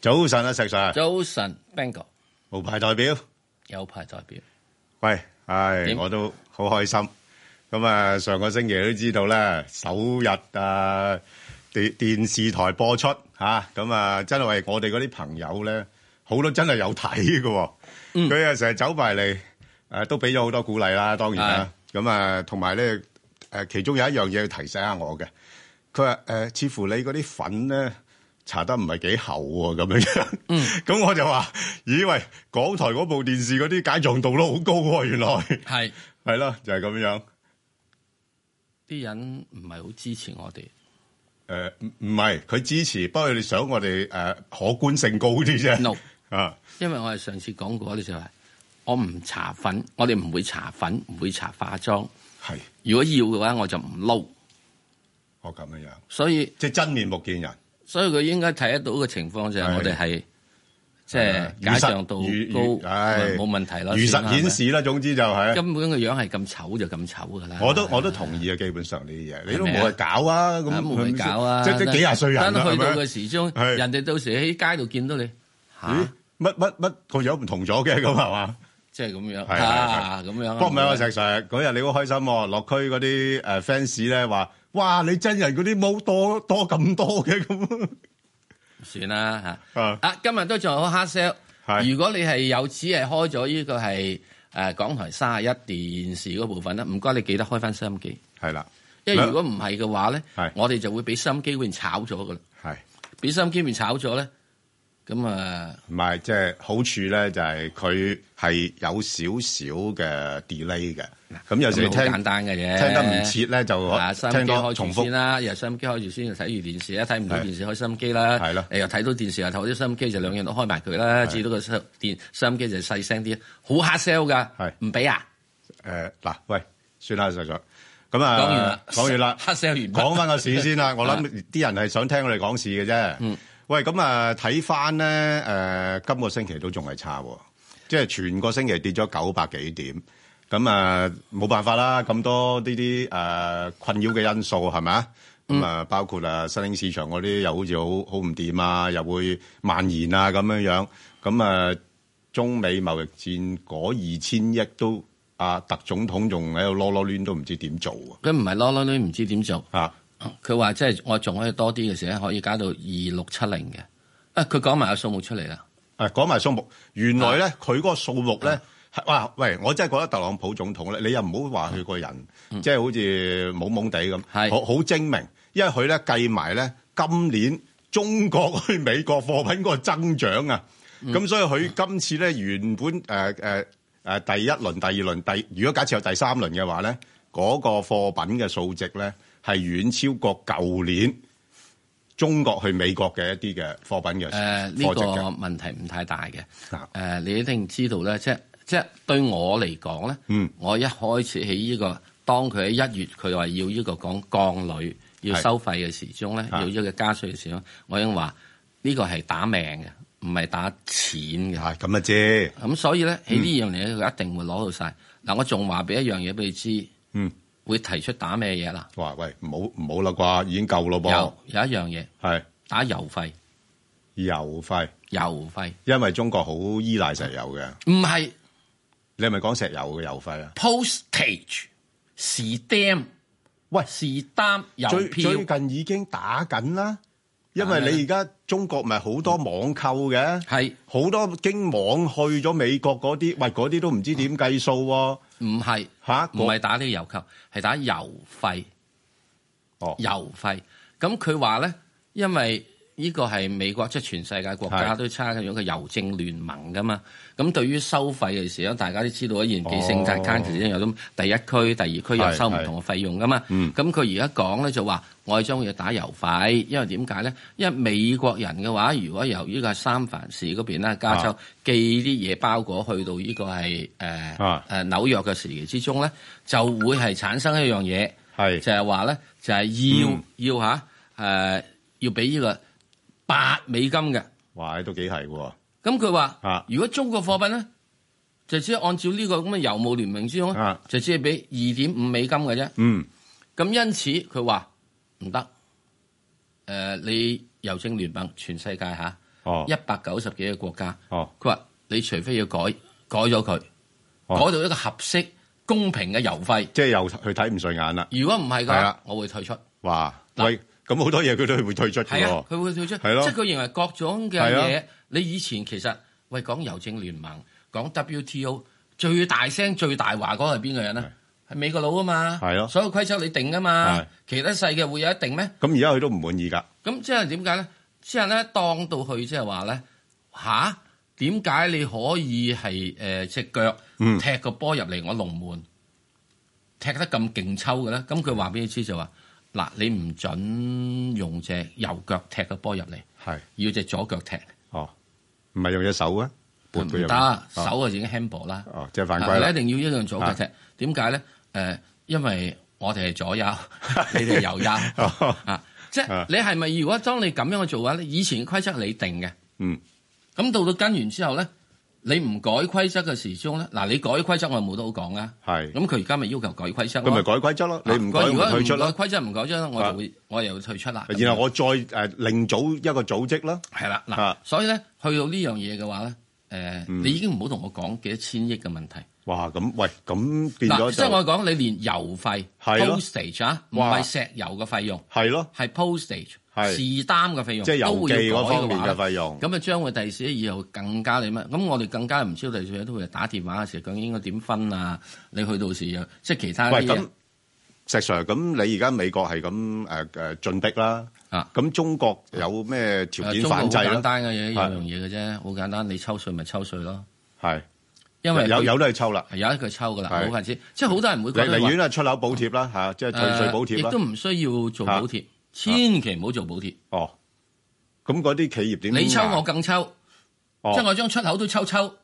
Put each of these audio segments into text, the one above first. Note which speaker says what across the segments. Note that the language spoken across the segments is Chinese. Speaker 1: 早晨啊，石 Sir，
Speaker 2: 早晨，Bang 哥
Speaker 1: 無牌代表，
Speaker 2: 有牌代表，
Speaker 1: 喂，唉，
Speaker 2: 點
Speaker 1: 我都好開心。咁啊，上個星期都知道啦，首日啊電電視台播出嚇，咁啊真係為我哋嗰啲朋友咧，好多真係有睇嘅喎。佢啊成日走埋嚟，誒都俾咗好多鼓勵啦，當然啦。咁啊，同埋咧誒，其中有一樣嘢要提醒下我嘅，佢話誒，似乎你嗰啲粉咧。搽得唔係幾厚喎，咁樣樣， 咁、我就話：咦喂，港台嗰部電視嗰啲解像度都好高喎，原來
Speaker 2: 係
Speaker 1: 係咯，就係、咁樣。
Speaker 2: 啲人唔係好支持我哋，
Speaker 1: 誒唔唔係，佢支持，不過佢哋想我哋誒、可觀性高啲啫。
Speaker 2: No
Speaker 1: 啊，
Speaker 2: 因為我哋上次講過咧就係我唔搽粉，我哋唔會搽粉，唔會搽化妝。
Speaker 1: 係
Speaker 2: 如果要嘅話，我就唔撈。
Speaker 1: 我咁樣樣，
Speaker 2: 所以
Speaker 1: 即係真面目見人，
Speaker 2: 所以佢應該睇得到嘅情況就係
Speaker 1: 係
Speaker 2: 我哋係即
Speaker 1: 係啊
Speaker 2: 係解像度
Speaker 1: 如
Speaker 2: 高，
Speaker 1: 如唉
Speaker 2: 咪冇問題啦。
Speaker 1: 如
Speaker 2: 算
Speaker 1: 實
Speaker 2: 啦
Speaker 1: 顯，
Speaker 2: 係
Speaker 1: 示啦。總之就係、
Speaker 2: 咪根本個樣係咁醜就咁醜㗎啦。
Speaker 1: 我都我都同意啊。基本上呢啲嘢，你都
Speaker 2: 係咪
Speaker 1: 冇
Speaker 2: 啊
Speaker 1: 去搞啊。咁
Speaker 2: 啊冇去搞啊！
Speaker 1: 即即幾廿歲人啦，
Speaker 2: 等去到
Speaker 1: 係咪
Speaker 2: 嘅時鐘，
Speaker 1: 係
Speaker 2: 人哋到時喺街度見到你嚇
Speaker 1: 咦，乜乜乜個樣唔同咗嘅咁係嘛？
Speaker 2: 即係咁樣
Speaker 1: 係係
Speaker 2: 啊，咁樣。
Speaker 1: 不過唔係我石 Sir 嗰日你好開心喎，落區嗰啲誒 fans 咧話：哇！你真人嗰啲冇多多咁多嘅咁
Speaker 2: 算啦嚇。
Speaker 1: 啊！
Speaker 2: 啊，今日都仲有 hard sell。
Speaker 1: 係
Speaker 2: 如果你係有只係開咗呢個係誒港台三十一電視嗰部分咧，唔該你記得開翻收音機，
Speaker 1: 係啦，
Speaker 2: 因為如果唔係嘅話咧
Speaker 1: 係，
Speaker 2: 我哋就會俾收音機面炒咗噶啦，
Speaker 1: 係。
Speaker 2: 俾收音機面炒咗咧，咁啊
Speaker 1: 唔係，即係好處咧，就係佢係有少少嘅 delay 嘅。咁有時
Speaker 2: 咁
Speaker 1: 你
Speaker 2: 好
Speaker 1: 聽
Speaker 2: 簡單嘅啫，
Speaker 1: 聽得唔切咧，就
Speaker 2: 啊，收音
Speaker 1: 哦聽
Speaker 2: 機
Speaker 1: 多
Speaker 2: 開
Speaker 1: 重
Speaker 2: 住
Speaker 1: 複
Speaker 2: 先。啦，又收音機開住先，就睇住電視啦，睇唔到
Speaker 1: 係
Speaker 2: 電視開收音機啦，
Speaker 1: 係咯
Speaker 2: 你又睇到電視又睇到收音機，就兩樣都開埋佢啦，至到個收電收音機就細聲啲，好 hard sell
Speaker 1: 係
Speaker 2: 噶，唔俾啊，
Speaker 1: 誒嗱，喂，算啦，實在咁
Speaker 2: 講完啦
Speaker 1: 啊，，講完啦，
Speaker 2: ，hard sell 完畢，
Speaker 1: 講翻個市先啦。我諗啲人係想聽我哋講市嘅啫。喂，咁啊，睇翻咧誒，今個星期都仲係差喎，即係全個星期跌咗九百幾點。咁啊，冇辦法啦，咁多呢啲誒困擾嘅因素係咪啊？咁啊，包括啊新興市場嗰啲又好似好好唔掂啊，又會蔓延啊咁樣樣。咁啊，中美貿易戰嗰二千億都啊，特總統仲喺度攞攞攣都唔知點做
Speaker 2: 佢唔係攞攞攣唔知點做，
Speaker 1: 啊！啊，
Speaker 2: 佢話即係我仲可以多啲嘅時候可以加到二六七零嘅，啊，佢講埋個數目出嚟啦，
Speaker 1: 誒啊講埋數目，原
Speaker 2: 啊
Speaker 1: 來咧佢嗰個數目咧，係哇喂！我真係覺得特朗普總統咧，你又唔好話佢個人，即係好似懵懵地咁，
Speaker 2: 嗯係
Speaker 1: 好好精明，因為佢咧計埋咧今年中國去美國貨品嗰個增長啊，
Speaker 2: 嗯
Speaker 1: 咁所以佢今次咧原本誒誒誒第一輪、第二輪、第如果假設有第三輪嘅話咧，嗰個貨品嘅數值咧係遠超過舊年中國去美國嘅一啲嘅貨品嘅
Speaker 2: 誒呃呢
Speaker 1: 貨值
Speaker 2: 個
Speaker 1: 嘅。
Speaker 2: 問題唔太大嘅。
Speaker 1: 啊
Speaker 2: 誒、你一定知道咧，即係即係對我嚟講咧，
Speaker 1: 嗯
Speaker 2: 我一開始喺呢、個當佢喺一月佢話要呢個講降女要收費嘅時鐘咧，
Speaker 1: 啊
Speaker 2: 要呢個加税嘅時鐘，我已經話呢個係打命嘅，唔係打錢嘅。
Speaker 1: 啊，咁啊啫，
Speaker 2: 咁所以咧
Speaker 1: 嗯
Speaker 2: 喺呢樣嘢佢一定會攞到晒。嗱，我仲話俾一樣嘢俾你知，
Speaker 1: 嗯，
Speaker 2: 會提出打咩嘢啦？
Speaker 1: 哇喂，唔好唔好啦啩，已經夠咯
Speaker 2: 有
Speaker 1: 噃，
Speaker 2: 有一樣嘢
Speaker 1: 係
Speaker 2: 打油費，
Speaker 1: 油費，
Speaker 2: 油費
Speaker 1: 因為中國好依賴石油嘅，
Speaker 2: 唔係
Speaker 1: 你係咪講石油嘅油費啊？
Speaker 2: postage 是 dam
Speaker 1: 喂
Speaker 2: 是擔郵
Speaker 1: 最
Speaker 2: 票。
Speaker 1: 最近已經打緊啦，因為
Speaker 2: 打咩
Speaker 1: 你而家中國咪好多網購嘅，
Speaker 2: 係
Speaker 1: 好多經網去咗美國嗰啲，喂嗰啲都唔知點計數喎，
Speaker 2: 唔係
Speaker 1: 嚇
Speaker 2: 唔係打呢個郵購，係打郵費
Speaker 1: 哦
Speaker 2: 郵費。咁佢話咧，因為呢個係美國即係全世界國家
Speaker 1: 係
Speaker 2: 都參加咗個郵政聯盟噶嘛。咁對於收費嘅時候，大家都知道喺現幾聖誕間期間有咁第一區、第二區又
Speaker 1: 係
Speaker 2: 收唔同嘅費用噶嘛。
Speaker 1: 哦嗯
Speaker 2: 咁佢而家講咧就話，我哋將會要打郵費，因為點解咧？因為美國人嘅話，如果由呢個係三藩市嗰邊啦，加州
Speaker 1: 啊
Speaker 2: 寄啲嘢包裹去到呢個係誒。呃
Speaker 1: 啊
Speaker 2: 誒紐約嘅時期之中咧，就會係產生一樣嘢，
Speaker 1: 係
Speaker 2: 就係話咧，就係要、
Speaker 1: 嗯
Speaker 2: 要吓誒、呃要俾呢個八美金嘅。
Speaker 1: 哇，都幾係喎，
Speaker 2: 咁佢
Speaker 1: 啊
Speaker 2: 話，如果中國貨品咧，就只係按照呢個咁嘅郵務聯盟之中咧
Speaker 1: 啊，
Speaker 2: 就只係俾二點五美金嘅啫。
Speaker 1: 嗯
Speaker 2: 咁因此佢話唔得，誒、你郵政聯盟全世界吓
Speaker 1: 哦
Speaker 2: 一百九十幾個國家，
Speaker 1: 哦
Speaker 2: 佢話你除非要改改咗佢，
Speaker 1: 哦
Speaker 2: 改到一個合適公平嘅郵費。
Speaker 1: 即係又佢睇唔順眼啦，
Speaker 2: 如果唔係嘅
Speaker 1: 係啊
Speaker 2: 話
Speaker 1: 啦，
Speaker 2: 我會退出。
Speaker 1: 哇！
Speaker 2: 嗱
Speaker 1: 喂，咁好多嘢佢都會退出嘅
Speaker 2: 係啊
Speaker 1: 喎，，
Speaker 2: 佢會退出，即
Speaker 1: 係咯
Speaker 2: 係佢認為各種嘅
Speaker 1: 係啊
Speaker 2: 嘢，你以前其實喂講郵政聯盟、講 WTO 最大聲最大話嗰個係邊個人啊？係美國佬啊嘛，
Speaker 1: 係咯
Speaker 2: 所有規則你定啊嘛
Speaker 1: 係，
Speaker 2: 其他細嘅會有一定咩？
Speaker 1: 咁而家佢都唔滿意㗎，
Speaker 2: 咁即係點解咧？之後咧，當到去即係話咧，吓點解你可以係誒只腳
Speaker 1: 嗯
Speaker 2: 踢個波入嚟我龍門，踢得咁勁抽嘅咧？咁佢話俾你知就話嗱，你唔準用隻右腳踢個波入嚟，
Speaker 1: 係
Speaker 2: 要隻左腳踢，
Speaker 1: 哦，唔係用隻手啊，撥
Speaker 2: 唔
Speaker 1: 佢入
Speaker 2: 得，
Speaker 1: 哦
Speaker 2: 手啊已經 handball 啦，
Speaker 1: 哦，即係犯規
Speaker 2: 你一
Speaker 1: 啦，啊
Speaker 2: 定要一樣左腳踢。點解咧？誒，因為我哋係 左右，你哋係右右。啊，即係
Speaker 1: 啊
Speaker 2: 你係咪如果當你咁樣去做嘅話咧，以前嘅規則你定嘅，
Speaker 1: 嗯，
Speaker 2: 咁到到跟完之後咧，你唔改規則嘅時鐘咧，嗱你改規則我冇得好講啦。
Speaker 1: 係，
Speaker 2: 咁佢而家咪要求改規則
Speaker 1: 佢咪
Speaker 2: 咯。
Speaker 1: 改規則咯，你唔改
Speaker 2: 啊如果
Speaker 1: 咪退出
Speaker 2: 唔
Speaker 1: 咯，啊
Speaker 2: 改規則唔改則，我就會我又會退出啦。
Speaker 1: 然後我再誒另組一個組織啦，
Speaker 2: 係啦，嗱
Speaker 1: 啊，嗯
Speaker 2: 所以咧去到呢樣嘢嘅話咧，誒，你已經唔好同我講幾多千億嘅問題。
Speaker 1: 哇！咁喂，咁變
Speaker 2: 嗱，
Speaker 1: 咗
Speaker 2: 即係我
Speaker 1: 就
Speaker 2: 講你連郵費
Speaker 1: 係咯
Speaker 2: postage 啊，唔
Speaker 1: 哇
Speaker 2: 係石油嘅費用，
Speaker 1: 係咯，
Speaker 2: 係 postage
Speaker 1: 係
Speaker 2: 是單嘅費用，
Speaker 1: 即係
Speaker 2: 都
Speaker 1: 郵
Speaker 2: 會
Speaker 1: 寄
Speaker 2: 要
Speaker 1: 嗰
Speaker 2: 改
Speaker 1: 方面嘅
Speaker 2: 話
Speaker 1: 費用，
Speaker 2: 咁啊，將會第時以後更加你乜？咁我哋更加唔知道第時都會打電話嘅時候，究竟應該點分啊？你去到時又即係其他啲
Speaker 1: 喂，
Speaker 2: 嘢
Speaker 1: 咁石 Sir，咁你而家美國係咁誒誒進逼啦，
Speaker 2: 啊。
Speaker 1: 咁中國有咩條
Speaker 2: 誒
Speaker 1: 件
Speaker 2: 中國好
Speaker 1: 反制
Speaker 2: 簡
Speaker 1: 啦？
Speaker 2: 單嘅嘢，有
Speaker 1: 係
Speaker 2: 樣嘢嘅啫，好簡單。你抽税咪抽税咯，
Speaker 1: 係
Speaker 2: 因為
Speaker 1: 有
Speaker 2: 佢
Speaker 1: 有都係抽啦，
Speaker 2: 係有一句抽噶啦，
Speaker 1: 係
Speaker 2: 冇法子。即係好多人會
Speaker 1: 寧
Speaker 2: 覺得
Speaker 1: 寧
Speaker 2: 話
Speaker 1: 願啊出口補貼啦嚇，即係退
Speaker 2: 誒
Speaker 1: 税補貼
Speaker 2: 亦都
Speaker 1: 啦。
Speaker 2: 唔需要做補貼，千祈唔好做補貼。
Speaker 1: 哦，咁嗰啲企業點？啊
Speaker 2: 你抽我，更抽，即係
Speaker 1: 哦
Speaker 2: 我將出口都抽抽。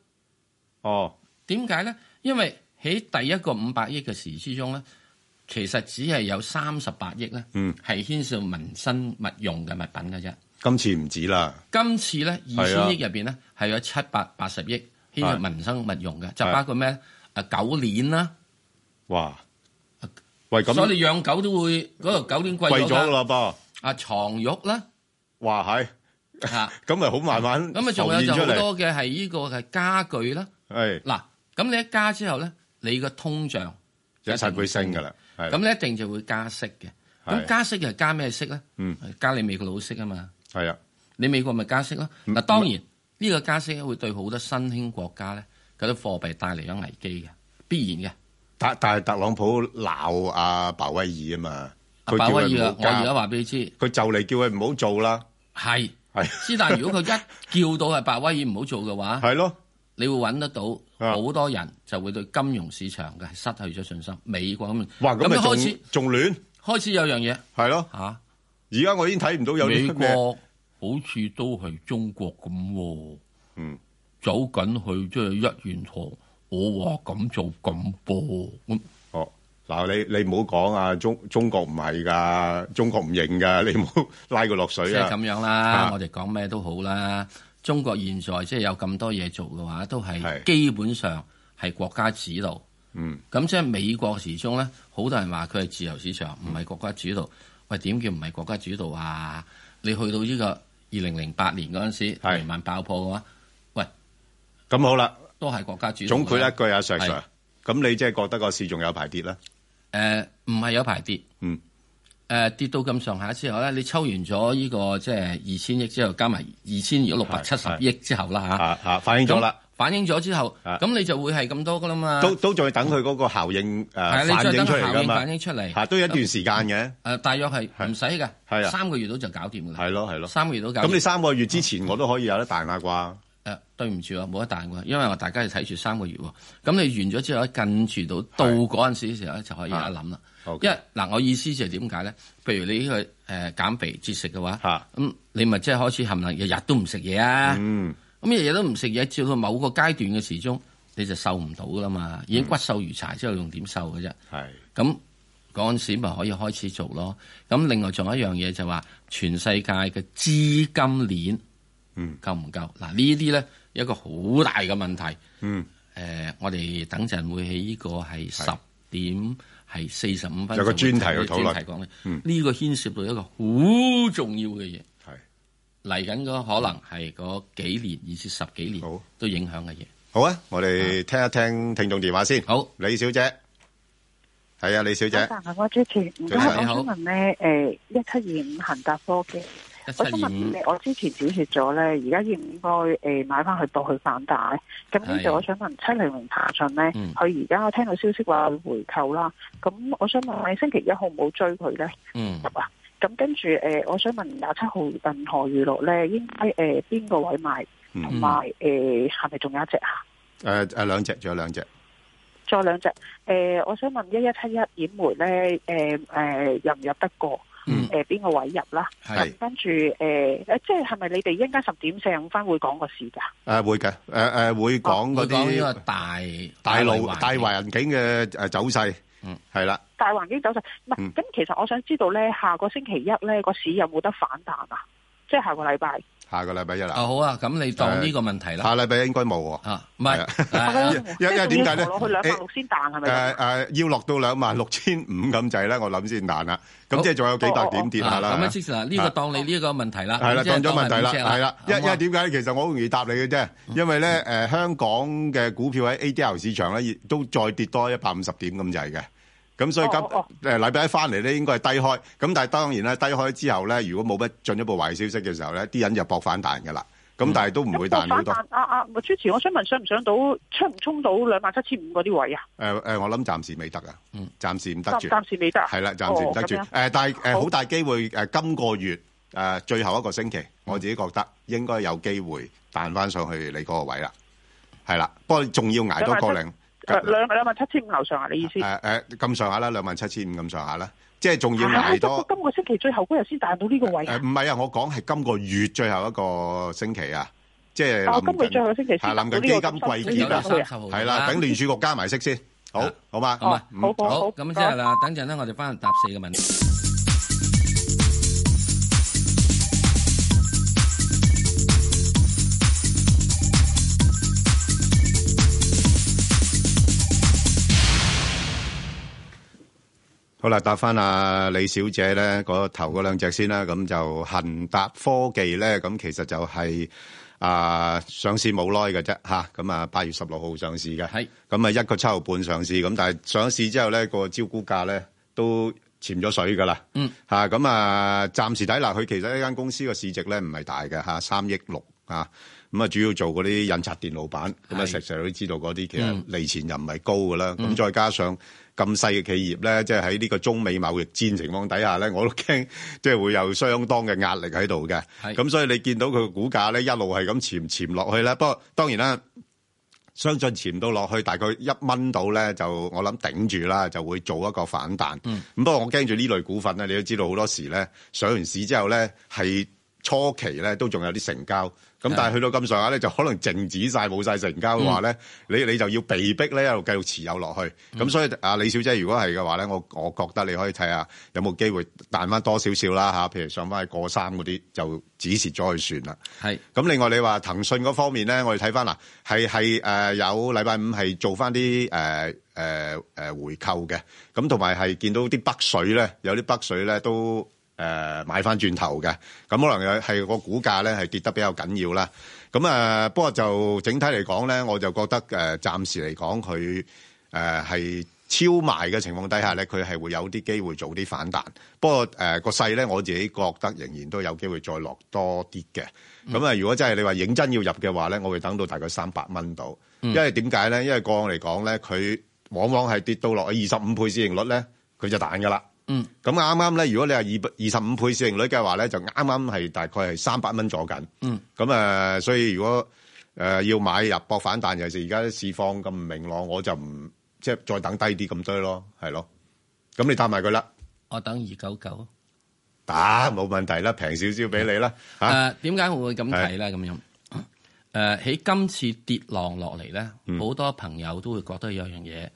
Speaker 1: 哦，
Speaker 2: 點解咧？因為喺第一個五百億嘅時之中咧，其實只係有三十八億咧，
Speaker 1: 嗯
Speaker 2: 係牽涉民生物用嘅物品嘅啫。
Speaker 1: 今次唔止啦，
Speaker 2: 今次咧二
Speaker 1: 係啊
Speaker 2: 千億入邊咧係有七百八十億牽涉民生物用嘅，就包括咩啊狗鏈啦，
Speaker 1: 哇！喂，咁
Speaker 2: 所以你養狗都會嗰度狗鏈貴
Speaker 1: 貴咗
Speaker 2: 咗
Speaker 1: 㗎
Speaker 2: 啦，
Speaker 1: 啦噃，
Speaker 2: 啊床褥啦啊
Speaker 1: 哇係，
Speaker 2: 嚇，
Speaker 1: 咁咪好慢慢
Speaker 2: 咁啊仲有就
Speaker 1: 浮現
Speaker 2: 好
Speaker 1: 出嚟，
Speaker 2: 多嘅係呢個係家具啦。
Speaker 1: 係
Speaker 2: 嗱，咁你一加之後咧，你個通脹
Speaker 1: 一齊會升㗎啦，係
Speaker 2: 咁你一定就會加息嘅。
Speaker 1: 係
Speaker 2: 咁加息又係加咩息咧？
Speaker 1: 嗯，
Speaker 2: 加你美國佬息啊嘛。
Speaker 1: 係啊，
Speaker 2: 你美國咪加息咯？
Speaker 1: 嗯
Speaker 2: 嗱，當然呢個加息咧會對好多新興國家咧嗰啲貨幣帶嚟咗危機嘅，必然嘅。
Speaker 1: 但但係特朗普鬧阿鮑威爾啊嘛，
Speaker 2: 阿
Speaker 1: 佢
Speaker 2: 鮑
Speaker 1: 叫
Speaker 2: 威
Speaker 1: 佢
Speaker 2: 爾
Speaker 1: 唔，
Speaker 2: 啊
Speaker 1: 好
Speaker 2: 我而家
Speaker 1: 加，
Speaker 2: 話俾你知，
Speaker 1: 佢就嚟叫佢唔好做啦，
Speaker 2: 係
Speaker 1: 係
Speaker 2: 之但如果佢一 叫到係鮑威爾唔好做嘅話，
Speaker 1: 係咯，
Speaker 2: 你會揾得到
Speaker 1: 啊
Speaker 2: 好多人就會對金融市場嘅係失去咗信心。美國咁，
Speaker 1: 哇咁
Speaker 2: 咁
Speaker 1: 咪
Speaker 2: 開始
Speaker 1: 仲仲亂
Speaker 2: 開始有樣嘢
Speaker 1: 係咯，
Speaker 2: 嚇，
Speaker 1: 而家我已經睇唔到有
Speaker 2: 美
Speaker 1: 啲咩
Speaker 2: 國好似都係中國咁喎。
Speaker 1: 嗯
Speaker 2: 走緊去即係一元堂，我話咁做咁噃，咁
Speaker 1: 哦。嗱，你你唔好講啊，中中國唔係㗎，中國唔認㗎， 你唔好拉佢落
Speaker 2: 即
Speaker 1: 水
Speaker 2: 係
Speaker 1: 啊！
Speaker 2: 咁樣啦。我哋講咩都好啦。中國現在即係有咁多嘢做嘅話，都係
Speaker 1: 係
Speaker 2: 基本上係國家指導。
Speaker 1: 嗯，
Speaker 2: 咁即係美國時鐘咧，好多人話佢係自由市場，唔係國家主導。喂，點叫唔係國家主導啊？你去到呢個二零零八年嗰陣時，
Speaker 1: 係
Speaker 2: 雷曼爆破嘅話，喂，
Speaker 1: 咁好啦，
Speaker 2: 都係國家主導㗎啦。
Speaker 1: 總括一句啊，石
Speaker 2: 係
Speaker 1: Sir，咁你即係覺得個市仲有排跌啦？
Speaker 2: 誒呃唔係有排跌，
Speaker 1: 嗯，
Speaker 2: 誒、跌到咁上下之後咧，你抽完咗呢、個即係二千億之後，加埋二千六百七十
Speaker 1: 係
Speaker 2: 億之後啦
Speaker 1: 啊啊，反
Speaker 2: 嚇，
Speaker 1: 映咗啦，
Speaker 2: 咁反映咗之後，
Speaker 1: 啊
Speaker 2: 咁你就會係咁多噶啦嘛，
Speaker 1: 都都仲要等佢嗰個效應誒
Speaker 2: 係啊，你
Speaker 1: 反
Speaker 2: 再
Speaker 1: 映
Speaker 2: 等
Speaker 1: 出
Speaker 2: 個
Speaker 1: 嚟
Speaker 2: 效
Speaker 1: 㗎
Speaker 2: 應
Speaker 1: 嘛
Speaker 2: 反，映出嚟，
Speaker 1: 嚇都有一段時間嘅，
Speaker 2: 誒、大約係唔使嘅，
Speaker 1: 係啊
Speaker 2: 三個月到就搞掂噶啦，
Speaker 1: 係咯係咯。
Speaker 2: 三個月到搞掂。
Speaker 1: 咁你三個月之前我都可以有得彈下啩？
Speaker 2: 誒、對唔住啊，冇得彈喎，因為我大家要睇住三個月喎。咁你完咗之後咧，近住到到嗰陣時嘅時候咧，就可以有得諗啦。
Speaker 1: 啊好
Speaker 2: 因為嗱，我意思就係點解咧？譬如你呢、個誒、減肥節食嘅話，咁、
Speaker 1: 嚇
Speaker 2: 你咪即係開始冚唪唥日日都唔食嘢啊。
Speaker 1: 嗯
Speaker 2: 咁日日都唔食嘢，照到某個階段嘅時鐘，你就瘦唔到噶啦嘛，
Speaker 1: 嗯
Speaker 2: 已經骨瘦如柴之後，用點瘦嘅啫？
Speaker 1: 係
Speaker 2: 咁嗰陣時咪可以開始做咯。咁另外仲有一樣嘢就話，全世界嘅資金鏈，
Speaker 1: 嗯，
Speaker 2: 夠唔夠？嗱呢啲咧一個好大嘅問題。
Speaker 1: 嗯
Speaker 2: 誒、我哋等陣會喺呢個係十點係四十五分
Speaker 1: 有個專題去討論嗯
Speaker 2: 專題講嘅，呢、個牽涉到一個好重要嘅嘢。
Speaker 1: 係
Speaker 2: 嚟緊嗰可能係嗰幾年，以至十幾年
Speaker 1: 好
Speaker 2: 都影響嘅嘢。
Speaker 1: 好啊，我哋聽一聽聽眾電話先。
Speaker 2: 好，
Speaker 1: 李小姐，係啊，李小姐，
Speaker 3: 早晨，我主持，唔該，
Speaker 1: 早
Speaker 2: 晨
Speaker 3: 我想問咧，誒一七二五恒達科技，
Speaker 2: 一
Speaker 3: 我想
Speaker 2: 七
Speaker 3: 問
Speaker 2: 二五
Speaker 3: 你，我之前止蝕咗咧，而家應唔應該誒買翻去搏佢反彈？咁呢
Speaker 2: 係啊
Speaker 3: 度我想問七零零騰訊咧
Speaker 2: 嗯，
Speaker 3: 佢而家我聽到消息話佢回購啦，咁我想問你星期一好唔好追佢咧？
Speaker 2: 嗯
Speaker 3: 入啊？咁跟住誒，我想問廿七號銀河娛樂咧，應該誒邊個位買？
Speaker 1: 嗯
Speaker 3: 同埋誒係咪仲有一隻啊？
Speaker 1: 誒誒兩隻，仲有兩隻。
Speaker 3: 再兩隻，誒、呃我想問一一七一染梅咧，誒、誒、呃入唔入得過？
Speaker 2: 嗯
Speaker 3: 誒、邊個位入啦？
Speaker 2: 係
Speaker 3: 跟住誒誒，即係係咪你哋一陣間十點四十五分會講個事㗎？
Speaker 1: 誒會呃嘅，誒誒會講嗰
Speaker 2: 佢講哦呢個
Speaker 1: 啲
Speaker 2: 大
Speaker 1: 大路
Speaker 2: 環境
Speaker 1: 大環境嘅誒走勢
Speaker 2: 嗯，
Speaker 1: 係啦。
Speaker 3: 大環境走勢，唔係
Speaker 1: 嗯
Speaker 3: 咁，其實我想知道咧，下個星期一咧個市有冇得反彈啊？即係下個禮拜，
Speaker 1: 下個禮拜一
Speaker 2: 啊
Speaker 1: 啦，
Speaker 2: 好啊，咁你當呢個問題啦
Speaker 1: 下禮拜應該冇喎。
Speaker 2: 啊，唔
Speaker 1: 因因為點解咧
Speaker 2: 係誒
Speaker 3: 啊即係仲要落去兩萬六先彈係
Speaker 1: 誒
Speaker 3: 咪咁啊？
Speaker 1: 誒，呃要落到兩萬六千五咁滯咧，我諗先難啦。咁
Speaker 2: 好
Speaker 1: 即係仲有幾百點 跌下
Speaker 2: 啊
Speaker 1: 啦。
Speaker 2: 咁啊，即是嗱，呢個當你呢個問題啦，
Speaker 1: 係啦，
Speaker 2: 啊咁即係
Speaker 1: 當咗問題啦，
Speaker 2: 當係五隻
Speaker 1: 係啦，因
Speaker 2: 好
Speaker 1: 因
Speaker 2: 唔好啊嗯
Speaker 1: 為點解咧？其實我好容易答你嘅啫，因為咧誒香港嘅股票喺 ADR 市場咧，亦都再跌多一百五十點咁滯嘅。咁所以今
Speaker 3: 哦哦
Speaker 1: 誒禮拜一翻嚟咧，應該係低開。咁但係當然啦，低開之後咧，如果冇乜進一步壞消息嘅時候咧，啲人就搏反彈嘅啦。咁但係都唔會
Speaker 3: 咁
Speaker 1: 彈
Speaker 3: 個
Speaker 1: 好
Speaker 3: 反
Speaker 1: 多。
Speaker 3: 彈啊啊！主持，我想問上唔上到，衝唔衝到兩萬七千五嗰啲位啊？
Speaker 1: 誒誒，我諗暫時未得啊
Speaker 2: 嗯，
Speaker 1: 暫時唔得
Speaker 3: 暫
Speaker 1: 住。
Speaker 3: 暫時未得啊，
Speaker 1: 係啦，暫時唔得住。
Speaker 3: 哦咁樣
Speaker 1: 誒，但係誒
Speaker 3: 好
Speaker 1: 好大機會誒，今個月誒最後一個星期，我自己覺得應該有機會彈翻上去你嗰個位啦。係啦，不過仲要捱多個零
Speaker 3: 誒兩兩萬七千五樓上啊！你意思？
Speaker 1: 誒誒咁上下啦，兩萬七千五咁上下啦，即係仲要
Speaker 3: 啊
Speaker 1: 捱多
Speaker 3: 不過今個星期最後嗰日先彈到呢個位
Speaker 1: 誒
Speaker 3: 啊！
Speaker 1: 唔係啊！我講係今個月最後一個星期啊，即係
Speaker 3: 但我今
Speaker 1: 臨
Speaker 3: 個月最後
Speaker 1: 近
Speaker 3: 個星期先
Speaker 1: 係臨
Speaker 3: 彈
Speaker 1: 近
Speaker 3: 到
Speaker 1: 基
Speaker 3: 呢個
Speaker 1: 金季
Speaker 2: 你
Speaker 1: 結
Speaker 2: 有
Speaker 1: 啦
Speaker 2: 到
Speaker 3: 啦，
Speaker 2: 啊三十號
Speaker 1: 啊係啦，等聯儲局加埋息先，好
Speaker 2: 啊
Speaker 1: 好嘛？
Speaker 2: 好嘛
Speaker 1: 嗯
Speaker 3: 啊好好
Speaker 2: 好，
Speaker 3: 好，
Speaker 2: 咁即係啦，等陣咧，我哋翻去答四個問題。
Speaker 1: 好啦，答翻阿李小姐咧，嗰頭嗰兩隻先啦。咁就恒達科技咧，咁其實就係、啊、上市冇耐嘅啫吓，咁啊八月十六號上市嘅，
Speaker 2: 係
Speaker 1: 咁啊一個七毫半上市，咁但係上市之後咧個招股價咧都潛咗水噶啦，
Speaker 2: 嗯
Speaker 1: 吓咁啊暫時睇嗱，佢其實呢間公司個市值咧唔係大嘅吓，三億六啊，咁啊主要做嗰啲印刷電路板，咁啊
Speaker 2: 係
Speaker 1: 石 Sir 都知道嗰啲其
Speaker 2: 嗯
Speaker 1: 實利錢又唔係高噶啦，咁再加上咁細嘅企業咧，即係喺呢個中美貿易戰情況底下咧，我都驚 即係會有相當嘅壓力喺度嘅。
Speaker 2: 係
Speaker 1: 咁所以你見到佢嘅股價咧一路係咁潛潛落去咧，不過當然啦。相信潛到落去大概一蚊到咧，就我諗頂住啦，就會做一個反彈。咁、
Speaker 2: 嗯
Speaker 1: 不過我驚住呢類股份咧，你都知道好多時咧上完市之後咧係初期咧都仲有啲成交，咁但係去到咁上下咧就可能靜止晒冇晒成交嘅話咧，你你就要被逼咧一路繼續持有落去。咁、所以啊李小姐如果係嘅話咧，我我覺得你可以睇下有冇機會彈翻多少少啦吓，譬如上翻去過三嗰啲就止蝕咗去算啦。
Speaker 2: 係
Speaker 1: 咁另外你話騰訊嗰方面咧，我哋睇翻嗱，係係誒有禮拜五係做翻啲誒誒誒回購嘅，咁同埋係見到啲北水咧，有啲北水咧都誒、呃、買翻轉頭嘅，咁可能係個股價咧係跌得比較緊要啦。咁啊、呃不過就整體嚟講咧，我就覺得誒、呃、暫時嚟講佢誒係超賣嘅情況底下咧，佢係會有啲機會做啲反彈。不過誒呃個、勢咧，我自己覺得仍然都有機會再落多啲嘅。
Speaker 2: 嗯
Speaker 1: 咁啊、如果真係你話認真要入嘅話咧，我會等到大概三百蚊度。因
Speaker 2: 嗯
Speaker 1: 為點解咧？因為個案嚟講咧，佢往往係跌到落去二十五倍市盈率咧，佢就彈噶啦。
Speaker 2: 嗯，
Speaker 1: 咁啱啱咧，如果你係二二十五倍市盈率嘅話咧，就啱啱係大概係三百蚊左近。
Speaker 2: 嗯，
Speaker 1: 咁啊，所以如果誒、呃要買入博反彈，尤其是而家啲市況咁唔明朗，我就唔即係再等低啲咁多咯，係咯。咁你答埋佢啦，
Speaker 2: 我等二九九。
Speaker 1: 打冇問題啦，平少少俾你啦嚇。
Speaker 2: 誒點解我會咁睇咧？咁樣誒喺今次跌浪落嚟咧，好、
Speaker 1: 嗯
Speaker 2: 多朋友都會覺得有樣嘢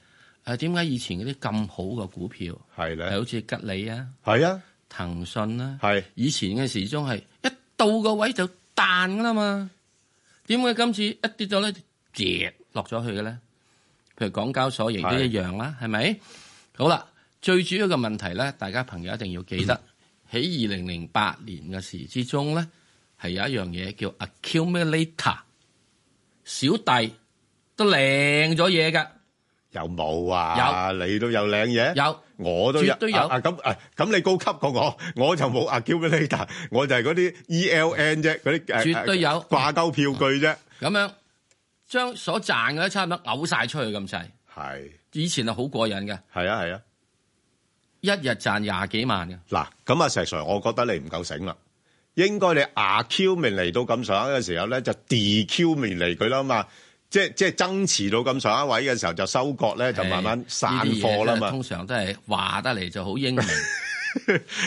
Speaker 2: 誒點解以前嗰啲咁好嘅股票
Speaker 1: 係
Speaker 2: 係
Speaker 1: 咧，
Speaker 2: 好似吉利啊、
Speaker 1: 係啊，
Speaker 2: 騰訊啊啦、
Speaker 1: 係
Speaker 2: 以前嘅時鐘係一到個位就彈噶啦嘛，點解今次一跌咗咧，跌落咗去嘅咧？譬如港交所亦都
Speaker 1: 係
Speaker 2: 一樣啦，係咪？好啦，最主要嘅問題咧，大家朋友一定要記得喺二零零八年嘅時之中咧，係有一樣嘢叫 accumulator，小弟都領咗嘢㗎，
Speaker 1: 有冇啊？有，你都有領嘢，
Speaker 2: 有
Speaker 1: 我都有
Speaker 2: 絕對有
Speaker 1: 啊。咁啊，咁你高級過我，我就冇啊 accumulator，我就係嗰啲 ELN 啫，嗰啲誒
Speaker 2: 絕對有
Speaker 1: 誒掛鈎票據啫，
Speaker 2: 咁樣將所賺嘅差唔多嘔晒出去咁滯。
Speaker 1: 係
Speaker 2: 以前係好過癮嘅，
Speaker 1: 係啊係啊。
Speaker 2: 一日賺廿幾萬嘅。
Speaker 1: 嗱，咁啊石 Sir，我覺得你唔夠醒啦，應該你 RQ 面嚟到咁上下嘅時候咧，就 DQ 面嚟佢啦嘛，即係即係增持到咁上下位嘅時候就收割咧，就慢慢散貨啦
Speaker 2: 呢啲嘢真係
Speaker 1: 嘛。
Speaker 2: 通常都係話得嚟就好 英明，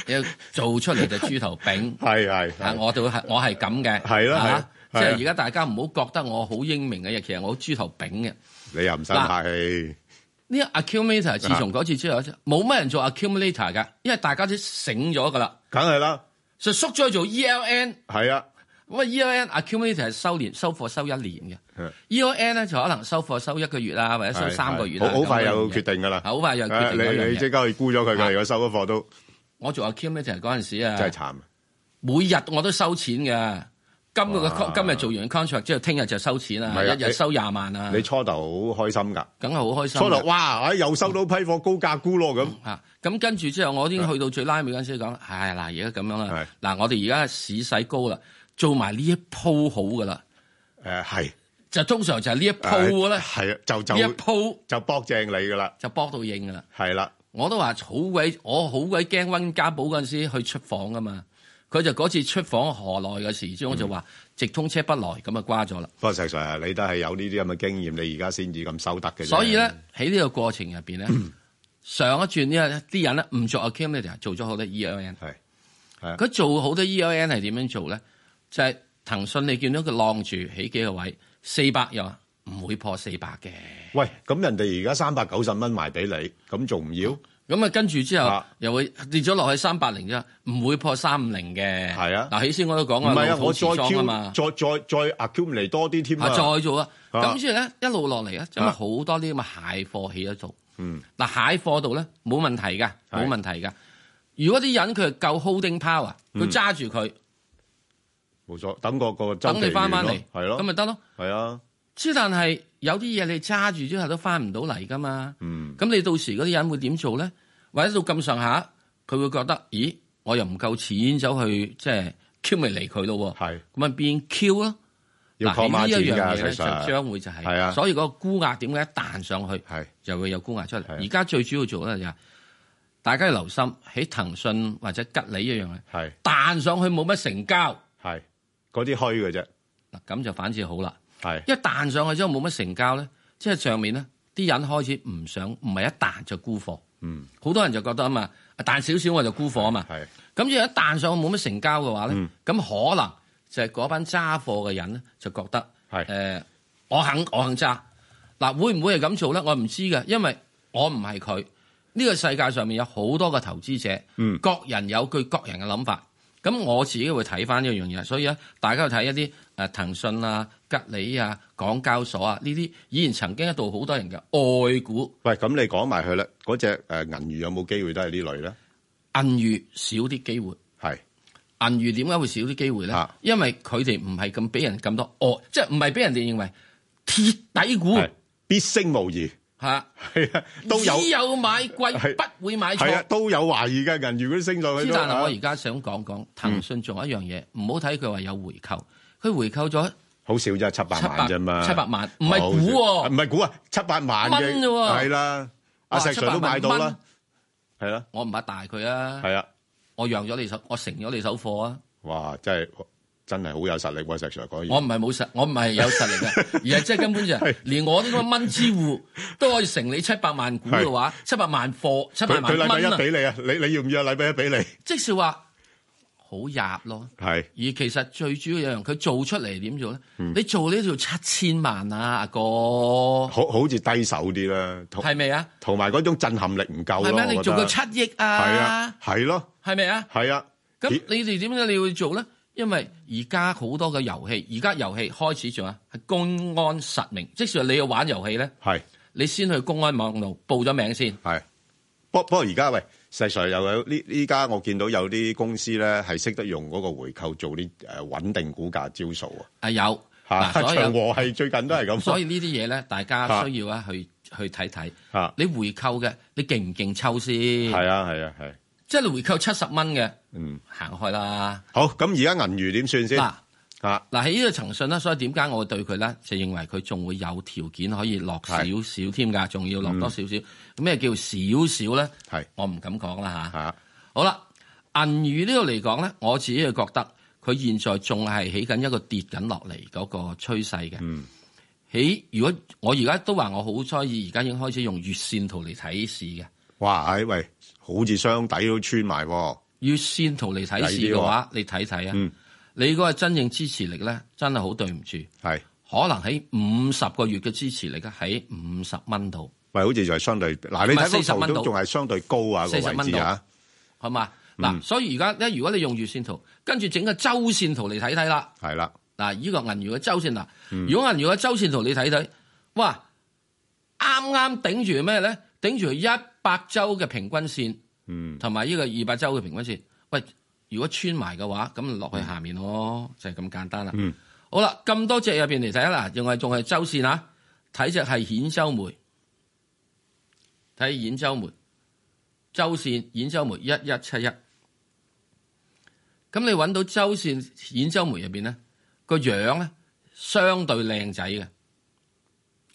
Speaker 2: 要做出嚟就豬頭炳。
Speaker 1: 係 係
Speaker 2: 啊！
Speaker 1: 係
Speaker 2: 我哋係我係咁嘅，
Speaker 1: 係啦係
Speaker 2: 啊即
Speaker 1: 啦
Speaker 2: 係
Speaker 1: 係啦
Speaker 2: 而家大家唔好覺得我好英明嘅嘢，其實我好豬頭炳嘅。
Speaker 1: 你又唔使客
Speaker 2: 嗱
Speaker 1: 氣，
Speaker 2: 呢個
Speaker 1: 啊
Speaker 2: accumulator 自從嗰次之後，冇乜人做 accumulator 㗎，因為大家都醒咗㗎啦，
Speaker 1: 梗係啦，
Speaker 2: 就縮咗去做 ELN。
Speaker 1: 係啊，
Speaker 2: 咁啊，ELN accumulator 係收年收貨收一年嘅 E
Speaker 1: 係
Speaker 2: ，ELN 咧就可能收貨收一個月啊，或者收
Speaker 1: 係
Speaker 2: 三個月
Speaker 1: 好
Speaker 2: 啦。
Speaker 1: 好快
Speaker 2: 咁樣
Speaker 1: 有
Speaker 2: 嘅
Speaker 1: 決定㗎啦，
Speaker 2: 啊好快有決定嗰
Speaker 1: 誒啊你你
Speaker 2: 樣
Speaker 1: 即
Speaker 2: 嘢。
Speaker 1: 刻去沽咗佢㗎，
Speaker 2: 啊
Speaker 1: 如果收咗貨都
Speaker 2: 我做 accumulator 嗰陣時啊，
Speaker 1: 真係慘。
Speaker 2: 每日我都收錢嘅。今個
Speaker 1: 哇
Speaker 2: con- 今日做完 contract 之後，聽日就收錢
Speaker 1: 唔
Speaker 2: 啊，
Speaker 1: 係啊
Speaker 2: 一日收廿萬啊，
Speaker 1: 你初頭好開心㗎，
Speaker 2: 梗係好開心
Speaker 1: 初頭
Speaker 2: 嘅。
Speaker 1: 哇，哎又收到批貨高價沽咯咁，
Speaker 2: 啊，咁跟住之後，我已經去到最拉尾嗰陣時講啦，唉嗱，而家咁樣啦，嗱我哋而家市勢高啦，做埋呢一鋪好噶啦，
Speaker 1: 誒係
Speaker 2: 就通常就係呢一鋪咧，
Speaker 1: 係啊，就
Speaker 2: 呢一
Speaker 1: 就
Speaker 2: 鋪
Speaker 1: 就搏正你㗎啦。
Speaker 2: 就搏到應噶啦。
Speaker 1: 係啦，
Speaker 2: 我都話好鬼，我好鬼驚温家寶嗰陣時去出訪噶嘛，佢就嗰次出訪河內嘅時鐘
Speaker 1: 嗯
Speaker 2: 就話直通車不來，咁啊瓜咗啦。
Speaker 1: 不過石 Sir，你都係有呢啲咁嘅經驗，你而家先至咁收得嘅啫。嗯
Speaker 2: 所以咧喺呢個過程入邊咧，上一轉呢啲人咧唔做 accumulator，做咗好多 ELN。
Speaker 1: 係
Speaker 2: 佢做好多 ELN 係點樣做咧？就係、騰訊你見到佢晾住起幾個位，四百又話唔會破四百嘅。
Speaker 1: 喂，咁人哋而家三百九十蚊賣俾你，咁仲唔要？
Speaker 2: 咁啊，跟住之後
Speaker 1: 啊
Speaker 2: 又會跌咗落去三百零啫，唔會破三五零嘅。
Speaker 1: 係啊
Speaker 2: 嗱，起先我都講
Speaker 1: 唔係
Speaker 2: 啊，
Speaker 1: 啊，
Speaker 2: 老
Speaker 1: 我
Speaker 2: 土時
Speaker 1: 再
Speaker 2: 裝啊
Speaker 1: Q，
Speaker 2: 嘛，
Speaker 1: 再再再 accumulate 多啲添
Speaker 2: 啊
Speaker 1: 啊！
Speaker 2: 再做啊，
Speaker 1: 啊
Speaker 2: 咁之後咧一路落嚟啊，咁啊好多呢啲咁嘅蟹貨起咗做。
Speaker 1: 嗯，
Speaker 2: 嗱蟹貨度咧冇問題㗎，冇
Speaker 1: 係
Speaker 2: 問題㗎。如果啲人佢係夠 holding power，佢
Speaker 1: 嗯
Speaker 2: 揸住佢，
Speaker 1: 冇錯，等個個周
Speaker 2: 等
Speaker 1: 期
Speaker 2: 你翻
Speaker 1: 完
Speaker 2: 翻
Speaker 1: 咯
Speaker 2: 嚟，
Speaker 1: 係
Speaker 2: 咁
Speaker 1: 咯，
Speaker 2: 咪得咯。
Speaker 1: 係啊，
Speaker 2: 之但係有啲嘢你揸住之後都翻唔到嚟噶嘛，
Speaker 1: 嗯，
Speaker 2: 咁你到時嗰啲人會點做咧？或者到咁上下，佢會覺得，咦，我又唔夠錢走去即係 Q 咪嚟佢咯喎，
Speaker 1: 係
Speaker 2: 咁咪變 Q 咯。
Speaker 1: 要
Speaker 2: 嗱，
Speaker 1: 擴
Speaker 2: 呢
Speaker 1: 孖
Speaker 2: 一
Speaker 1: 展
Speaker 2: 樣嘢
Speaker 1: 㗎，
Speaker 2: 咧
Speaker 1: 其
Speaker 2: 就
Speaker 1: 實
Speaker 2: 將會就
Speaker 1: 係啊
Speaker 2: 係，所以嗰個估壓點解一彈上去
Speaker 1: 係
Speaker 2: 就會有估壓出嚟。
Speaker 1: 係啊
Speaker 2: 而家最主要做咧就係大家要留心喺騰訊或者吉利一樣嘅
Speaker 1: 係
Speaker 2: 彈上去冇乜成交，
Speaker 1: 係嗰啲虛嘅啫，
Speaker 2: 嗱咁就反之好啦。
Speaker 1: 係
Speaker 2: 一彈上去之後冇乜成交咧，即係上面咧啲人開始唔想，唔係一彈就沽貨。
Speaker 1: 嗯，
Speaker 2: 好多人就覺得啊嘛，彈少少我就沽貨啊嘛。
Speaker 1: 係
Speaker 2: 咁如果一彈上去冇乜成交嘅話咧，咁、
Speaker 1: 嗯
Speaker 2: 可能就係嗰班揸貨嘅人咧就覺得誒、
Speaker 1: 係
Speaker 2: 我肯我肯揸。嗱，會唔會係咁做咧？我唔知嘅，因為我唔係佢。呢、個世界上面有好多個投資者，
Speaker 1: 嗯
Speaker 2: 各人有佢各人嘅諗法。咁我自己會睇翻一樣嘢，所以咧，大家去睇一啲誒騰訊啊、吉利啊、港交所啊呢啲，以前曾經一度好多人嘅愛股
Speaker 1: 喂，咁你講埋佢啦，嗰只誒銀魚有冇機會都係呢類咧？
Speaker 2: 銀娛少啲機會。
Speaker 1: 係
Speaker 2: 銀娛點解會少啲機會咧？
Speaker 1: 啊
Speaker 2: 因為佢哋唔係咁俾人咁多愛，即係唔係俾人哋認為鐵底股
Speaker 1: 係必升無疑，
Speaker 2: 嚇，
Speaker 1: 係啊，都有
Speaker 2: 只有買貴
Speaker 1: 係
Speaker 2: 不會買
Speaker 1: 係啊，
Speaker 2: 錯。
Speaker 1: 都有懷疑嘅銀魚嗰啲升上去
Speaker 2: 之
Speaker 1: 都
Speaker 2: 但係我
Speaker 1: 啊
Speaker 2: 而家想講講騰訊仲有一樣嘢，唔好睇佢話有回購，佢回購咗
Speaker 1: 好少啫，七百萬啫嘛，
Speaker 2: 七百萬，唔係股
Speaker 1: 唔
Speaker 2: 喎，
Speaker 1: 係股啊，七百萬嘅
Speaker 2: 蚊啫喎
Speaker 1: 係啦，阿
Speaker 2: 哇
Speaker 1: 石 Sir 都
Speaker 2: 700萬
Speaker 1: 買到啦
Speaker 2: 蚊，
Speaker 1: 係啦，
Speaker 2: 我唔怕大佢啊，
Speaker 1: 係啊，
Speaker 2: 我讓咗你手，我成咗你手貨啊，
Speaker 1: 哇，真係真係好有實力喎，石 Sir 講
Speaker 2: 我
Speaker 1: 嘢，
Speaker 2: 唔係冇實，我唔係有實力嘅，而係即係根本就係連我呢個蚊之户都可以成你七百萬股嘅話，七百萬貨，七百
Speaker 1: 佢佢禮
Speaker 2: 萬蚊
Speaker 1: 拜
Speaker 2: 啊
Speaker 1: 一，俾你啊，你你要唔要啊？禮拜一俾你，
Speaker 2: 即是話好入咯。
Speaker 1: 係
Speaker 2: 而其實最主要有樣，佢做出嚟點做咧？
Speaker 1: 嗯
Speaker 2: 你做呢條七千萬啊，阿哥，
Speaker 1: 好好似低手啲啦，同
Speaker 2: 係咪啊？
Speaker 1: 同埋嗰種震撼力唔夠
Speaker 2: 係
Speaker 1: 咯，
Speaker 2: 咪？你
Speaker 1: 我
Speaker 2: 做
Speaker 1: 覺
Speaker 2: 過
Speaker 1: 得
Speaker 2: 七億
Speaker 1: 係啊
Speaker 2: 啊？，
Speaker 1: 係咯，
Speaker 2: 係咪啊？
Speaker 1: 係啊，
Speaker 2: 咁
Speaker 1: 咦
Speaker 2: 你哋點解你要做咧？因為而家好多嘅遊戲，而家遊戲開始做啊，係公安實名，即使你要玩遊戲咧，
Speaker 1: 係
Speaker 2: 你先去公安網路報咗名先。
Speaker 1: 係，不不過而家喂，實上又有呢呢家我見到有啲公司咧係識得用嗰個回購做啲誒穩定股價招數啊。
Speaker 2: 啊有
Speaker 1: 嚇，
Speaker 2: 嗱，所
Speaker 1: 長
Speaker 2: 以
Speaker 1: 和係最近都係咁。
Speaker 2: 所以呢啲嘢咧，大家
Speaker 1: 啊
Speaker 2: 需要啊去去睇睇。
Speaker 1: 嚇，
Speaker 2: 你回購嘅，你勁唔勁抽先？
Speaker 1: 係啊，係啊，係。
Speaker 2: 即係你回購七十蚊嘅，
Speaker 1: 嗯，
Speaker 2: 行開啦。
Speaker 1: 好。咁而家銀魚點算先？
Speaker 2: 嗱
Speaker 1: 嚇，
Speaker 2: 嗱喺呢個層信咧，所以點解我對佢咧就認為佢仲會有條件可以落少少添
Speaker 1: 嗯
Speaker 2: 㗎，仲要落多少少。咁咩叫少少咧？
Speaker 1: 係
Speaker 2: 我唔敢講啦吓，
Speaker 1: 嚇，
Speaker 2: 好啦，銀娛呢度嚟講咧，我自己就覺得佢現在仲係起緊一個跌緊落嚟嗰個趨勢嘅。
Speaker 1: 嗯，
Speaker 2: 起如果我而家都話我好在意，而家已經開始用月線圖嚟睇市嘅。
Speaker 1: 哇！唉喂，好似箱底都穿埋喎。
Speaker 2: 月線圖嚟睇市嘅話，你睇睇
Speaker 1: 嗯
Speaker 2: 啊，你嗰個真正支持力咧，真係好對唔住。
Speaker 1: 係，
Speaker 2: 可能喺五十個月嘅支持力嘅喺五十蚊度，
Speaker 1: 喂，好似就係相對嗱，你
Speaker 2: 唔係
Speaker 1: 睇幅
Speaker 2: 40
Speaker 1: 圖
Speaker 2: 蚊
Speaker 1: 都
Speaker 2: 度
Speaker 1: 仲係相對高啊個
Speaker 2: 40
Speaker 1: 位
Speaker 2: 蚊
Speaker 1: 置
Speaker 2: 度
Speaker 1: 啊。
Speaker 2: 好嘛？
Speaker 1: 嗯
Speaker 2: 嗱、所以而家咧，如果你用月線圖，跟住整個周線圖嚟睇睇啦。
Speaker 1: 係啦，
Speaker 2: 嗱，呢個銀娛嘅周線嗱，如果銀娛嘅周線圖你睇睇，哇，啱啱頂住咩咧？頂住一百周嘅平均線，
Speaker 1: 嗯，
Speaker 2: 同埋呢個二百周嘅平均線。喂，如果穿埋嘅話，咁落去下面咯，就係咁簡單啦。
Speaker 1: 嗯
Speaker 2: 好啦，咁多隻入邊嚟睇啦，仲係仲係周線啊，睇只係顯周梅，睇顯周梅，周線顯周梅一一七一。咁你揾到周線顯周梅入邊咧，個樣咧相對靚仔嘅，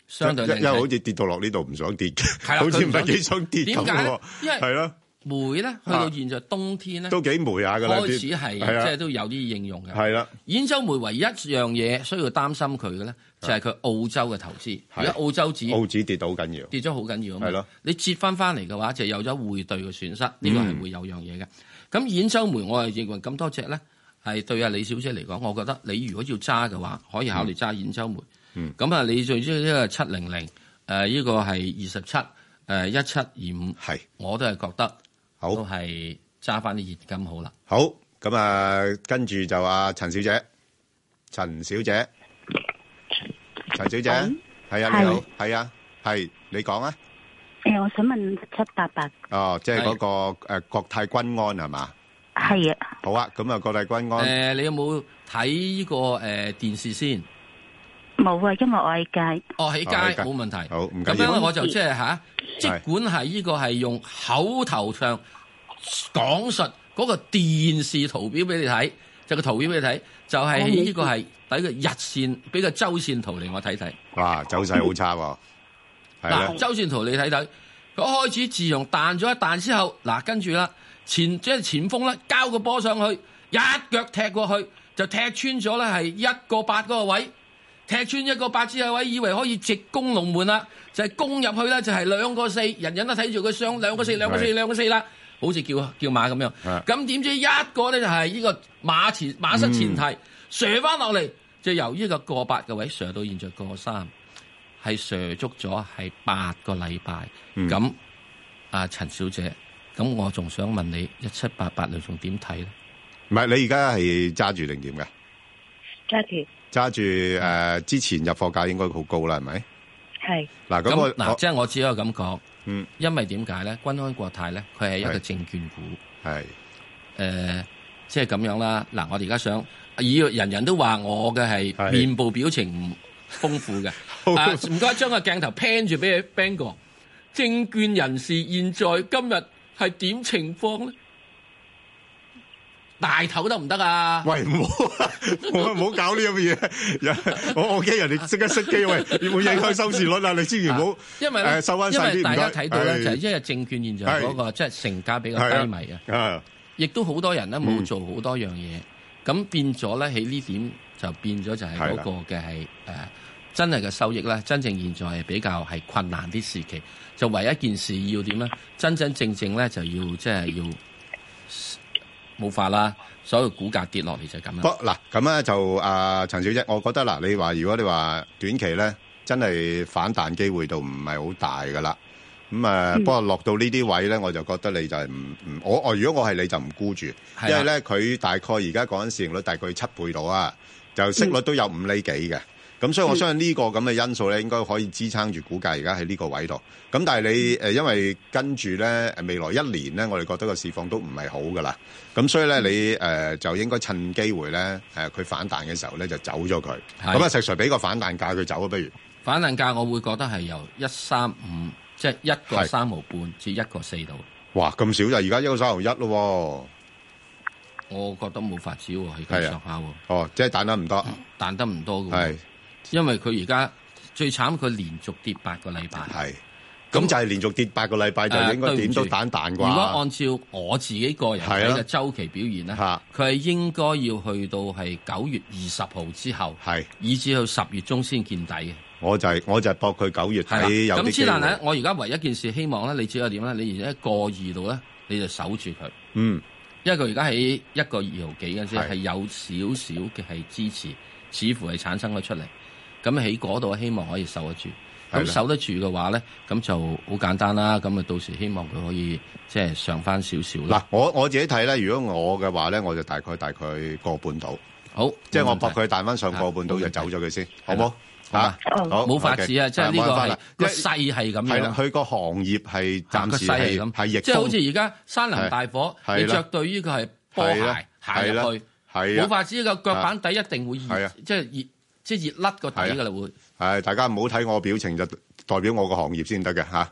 Speaker 2: 相對
Speaker 1: 因因為好
Speaker 2: 靚仔。
Speaker 1: 似跌到落呢度唔想跌，
Speaker 2: 係啦
Speaker 1: 好似
Speaker 2: 佢
Speaker 1: 唔係
Speaker 2: 唔想
Speaker 1: 幾想跌咁
Speaker 2: 點
Speaker 1: 喎
Speaker 2: 解咧。因為
Speaker 1: 係咯，
Speaker 2: 梅咧，去到現在冬天咧，
Speaker 1: 都幾霉下㗎啦。
Speaker 2: 開
Speaker 1: 啲
Speaker 2: 始係即
Speaker 1: 係啊
Speaker 2: 係都有啲應用嘅。
Speaker 1: 係啦，
Speaker 2: 兗州煤唯一一樣嘢需要擔心佢嘅咧，就係佢澳洲嘅投資。
Speaker 1: 係
Speaker 2: 而家澳洲
Speaker 1: 澳
Speaker 2: 紙
Speaker 1: 紙跌到好緊要。
Speaker 2: 跌咗好緊要啊嘛，
Speaker 1: 係咯嗯
Speaker 2: 你折翻翻嚟嘅話，就有咗匯兌嘅損失，呢個係會有樣嘢嘅。咁兗州煤我係認為咁多隻咧，係對阿李小姐嚟講，我覺得你如果要揸嘅話，可以考慮揸兗州煤。
Speaker 1: 嗯
Speaker 2: 咁啊，你最中意呢個七零零，誒呢個係二十七，誒一七二五，
Speaker 1: 係
Speaker 2: 我都係覺得
Speaker 1: 好
Speaker 2: 都係揸翻啲現金好啦。
Speaker 1: 好咁啊，跟住就阿陳小姐，陳小姐，陳小姐，
Speaker 4: 嗯
Speaker 1: 係啊，
Speaker 4: 係
Speaker 1: 你好，係啊，係你講啊，
Speaker 4: 诶、我想问七八八
Speaker 1: 哦，即係
Speaker 2: 係
Speaker 1: 嗰個誒國泰君安係嘛？
Speaker 4: 系啊，
Speaker 1: 好啊，咁啊，國泰君
Speaker 2: 誒、
Speaker 1: 安
Speaker 2: 你有冇睇呢個誒、電視先？
Speaker 4: 冇啊，因为我喺街，
Speaker 2: 哦，起街
Speaker 1: 哦起街
Speaker 2: 冇問題。
Speaker 1: 好唔
Speaker 2: 咁
Speaker 1: 緊
Speaker 2: 樣
Speaker 1: 要
Speaker 2: 咧，，我就即係吓，即管係呢個係用口頭上講述嗰個電視圖表俾你睇，就個圖表俾你睇，就
Speaker 1: 哦
Speaker 2: 係喺呢個係睇個日線，俾個周線圖嚟我睇睇。
Speaker 1: 哇，走勢好差喎，係啦
Speaker 2: 嗱，，周線圖你睇睇，佢開始自從彈咗一彈之後，嗱跟住啦，前即係前鋒咧交個波上去，一腳踢過去就踢穿咗咧係一個八嗰個位，踢穿一個八之後位，以為可以直攻龍門啦，就係、攻入去咧就係兩個四，人人都睇住佢上兩個四兩個四
Speaker 1: 係
Speaker 2: 兩個四啦。好似叫叫馬咁
Speaker 1: 係
Speaker 2: 樣，咁點知一個咧就係呢個馬前馬失啊
Speaker 1: 嗯
Speaker 2: 前蹄，射翻落嚟就由呢個過八嘅位射到現在過三。係蛇足咗係八個禮拜。
Speaker 1: 嗯
Speaker 2: 咁啊，陳小姐，咁我仲想問你一七八八你仲點睇咧？
Speaker 1: 唔係你而家係揸住定點嘅？
Speaker 4: 揸住
Speaker 1: 揸住誒之前入貨價應該好高啦，係咪？
Speaker 4: 系
Speaker 1: 嗱，咁
Speaker 2: 咁
Speaker 1: 我
Speaker 2: 嗱，
Speaker 1: 我
Speaker 2: 即係我只有咁講，
Speaker 1: 嗯
Speaker 2: 因為點解咧？君安國泰咧，佢係一個
Speaker 1: 係
Speaker 2: 證券股，
Speaker 1: 係
Speaker 2: 誒，呃即係咁樣啦。嗱，我哋而家想，以人人都話我嘅
Speaker 1: 係
Speaker 2: 係面部表情唔豐富 嘅，啊，唔該將個鏡頭 pan 住俾 Bang 哥，證券人士現在今日係點情況咧？大頭得唔得啊？
Speaker 1: 喂，唔好啊，我唔好搞呢咁嘅嘢，我我驚人哋即刻熄機，喂，會影響收視率啊！你千祈唔好，
Speaker 2: 因為
Speaker 1: 誒
Speaker 2: 咧，
Speaker 1: 收翻
Speaker 2: 因
Speaker 1: 細啲，
Speaker 2: 為
Speaker 1: 唔
Speaker 2: 大家
Speaker 1: 該
Speaker 2: 睇到咧，就係
Speaker 1: 係
Speaker 2: 因為證券現象嗰個即係成價比較低迷啊，
Speaker 1: 啊，
Speaker 2: 亦都好多人咧冇
Speaker 1: 嗯
Speaker 2: 做好多樣嘢，咁變咗咧喺呢點就變咗就係
Speaker 1: 係啦
Speaker 2: 嗰個嘅係誒真係嘅收益咧，真正現在係比較係困難啲時期，就唯一件事要點咧，真真正正咧就要即係要冇法啦，所有股價跌落嚟就係咁
Speaker 1: 不
Speaker 2: 啦。
Speaker 1: 嗱咁咧就啊，陳小姐，我覺得嗱，你話如果你話短期咧，真係反彈機會度唔係好大噶啦。咁啊，
Speaker 4: 嗯
Speaker 1: 不過落到呢啲位咧，我就覺得你就係唔唔，我我如果我係你就唔沽住，因
Speaker 2: 係
Speaker 1: 為
Speaker 2: 啊，嗯
Speaker 1: 咧佢大概而家講緊市盈率大概七倍到啊，就息率都有五厘幾嘅。咁所以我相信呢個咁嘅因素咧，應該可以支撐住股價而家喺呢個位度。咁但係你
Speaker 2: 嗯
Speaker 1: 誒，因為跟住咧誒未來一年咧，我哋覺得個市況都唔係好噶啦。咁所以
Speaker 2: 嗯
Speaker 1: 咧，你誒就應該趁機會咧誒呃佢反彈嘅時候咧就走咗佢。
Speaker 2: 係
Speaker 1: 咁啊，石 Sir 俾個反彈價佢走啊，不如
Speaker 2: 反彈價我會覺得係由一三五，即係一個
Speaker 1: 係
Speaker 2: 三毫半至一個四度，
Speaker 1: 哇咁少就而家一個三毫一咯
Speaker 2: 我覺得冇法子喎，
Speaker 1: 係
Speaker 2: 係咁
Speaker 1: 啊
Speaker 2: 上下喎，
Speaker 1: 喎，哦，即係彈得唔多，
Speaker 2: 彈得唔多嘅喎，
Speaker 1: 係
Speaker 2: 因為佢而家最慘，佢連續跌八個禮拜。
Speaker 1: 係。咁就係連續跌八個禮拜就
Speaker 2: 呃
Speaker 1: 應該點都彈彈
Speaker 2: 如
Speaker 1: 啩。
Speaker 2: 果按照我自己個人睇
Speaker 1: 係啊
Speaker 2: 嘅周期表現咧，
Speaker 1: 嚇
Speaker 2: 佢係應該要去到係九月二十號之後，
Speaker 1: 係，
Speaker 2: 以至到十月中先見底嘅。
Speaker 1: 我就係我就係搏佢九月
Speaker 2: 係啦
Speaker 1: 底有啲
Speaker 2: 咁
Speaker 1: 機
Speaker 2: 之但係
Speaker 1: 會
Speaker 2: 咧。，我而家唯一一件事希望咧，你只有點咧？你而家過二度咧，你就守住佢，
Speaker 1: 嗯，
Speaker 2: 因為佢而家喺一個二毫幾嗰陣時
Speaker 1: 係
Speaker 2: 係有少少嘅係支持，似乎係產生咗出嚟。咁喺嗰度希望可以守得住。
Speaker 1: 係
Speaker 2: 咁
Speaker 1: 啦
Speaker 2: 守得住嘅話咧，咁就好簡單啦。咁啊，到時希望佢可以即係上翻少少啦
Speaker 1: 嗱。，我我自己睇咧，如果我嘅話咧，我就大概大概個半度，
Speaker 2: 好，
Speaker 1: 即係
Speaker 2: 冇
Speaker 1: 我
Speaker 2: 問
Speaker 1: 搏
Speaker 2: 題
Speaker 1: 佢彈翻上個半度就
Speaker 2: 啊冇問題
Speaker 1: 走咗佢先，好
Speaker 2: 嗯係啦
Speaker 1: 冇？
Speaker 2: 好啊
Speaker 1: 嚇好
Speaker 2: 冇法子啊！即係呢個係個
Speaker 1: 細
Speaker 2: 勢係咁
Speaker 1: 係啦，
Speaker 2: 樣，啊
Speaker 1: 佢個行業係暫時
Speaker 2: 個勢係
Speaker 1: 係
Speaker 2: 咁，
Speaker 1: 係逆風，
Speaker 2: 即係好似而家山林大火，
Speaker 1: 係
Speaker 2: 你
Speaker 1: 係啦
Speaker 2: 着對於佢係波
Speaker 1: 係啦
Speaker 2: 鞋行
Speaker 1: 係啦
Speaker 2: 入去，
Speaker 1: 係
Speaker 2: 冇
Speaker 1: 啊，
Speaker 2: 法子個腳板底一定會
Speaker 1: 係
Speaker 2: 熱
Speaker 1: 啊，
Speaker 2: 即係熱，即係熱甩個底㗎啦會。
Speaker 1: 係大家唔好睇我表情就代表我個行業先得嘅嚇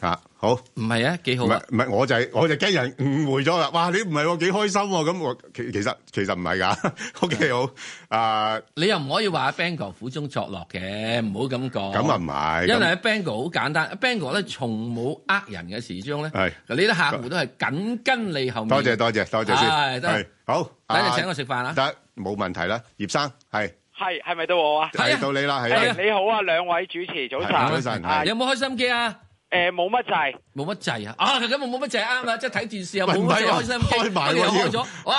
Speaker 1: 嚇好。
Speaker 2: 唔係啊，幾好
Speaker 1: 唔係
Speaker 2: 啊！
Speaker 1: 唔係，我就係、我就驚人誤會咗啦。哇！你唔係喎，幾開心喎、咁我其其實其實唔係㗎。OK 好啊，
Speaker 2: 你又唔可以話阿 Bang 哥苦中作樂嘅，唔好咁講。
Speaker 1: 咁啊唔係。
Speaker 2: 因為
Speaker 1: 咁
Speaker 2: 阿 Bang 哥好簡單，Bang 哥咧從冇呃人嘅時鐘咧，
Speaker 1: 係
Speaker 2: 你啲客戶都係緊跟你後面。
Speaker 1: 多謝多謝多謝
Speaker 2: 唉
Speaker 1: 先。
Speaker 2: 得
Speaker 1: 係好，
Speaker 2: 等你請我
Speaker 1: 啊
Speaker 2: 食飯啊！
Speaker 1: 得冇問題啦，葉生係
Speaker 5: 系系咪到 我啊？
Speaker 2: 係啊
Speaker 1: 係到你啦，係
Speaker 2: 係
Speaker 1: 啊
Speaker 2: 啊，
Speaker 5: 你好啊，兩位主持早晨。
Speaker 1: 係早晨係
Speaker 2: 有冇開心機啊？
Speaker 5: 诶，冇乜滯，
Speaker 2: 冇乜掣啊！啊，咁冇乜掣啱啦，即係睇電視又
Speaker 1: 喂
Speaker 2: 冇乜
Speaker 1: 唔係喎
Speaker 2: 掣，開心機
Speaker 1: 開埋喎
Speaker 2: 跟住又開
Speaker 1: 要
Speaker 2: 咗，哇！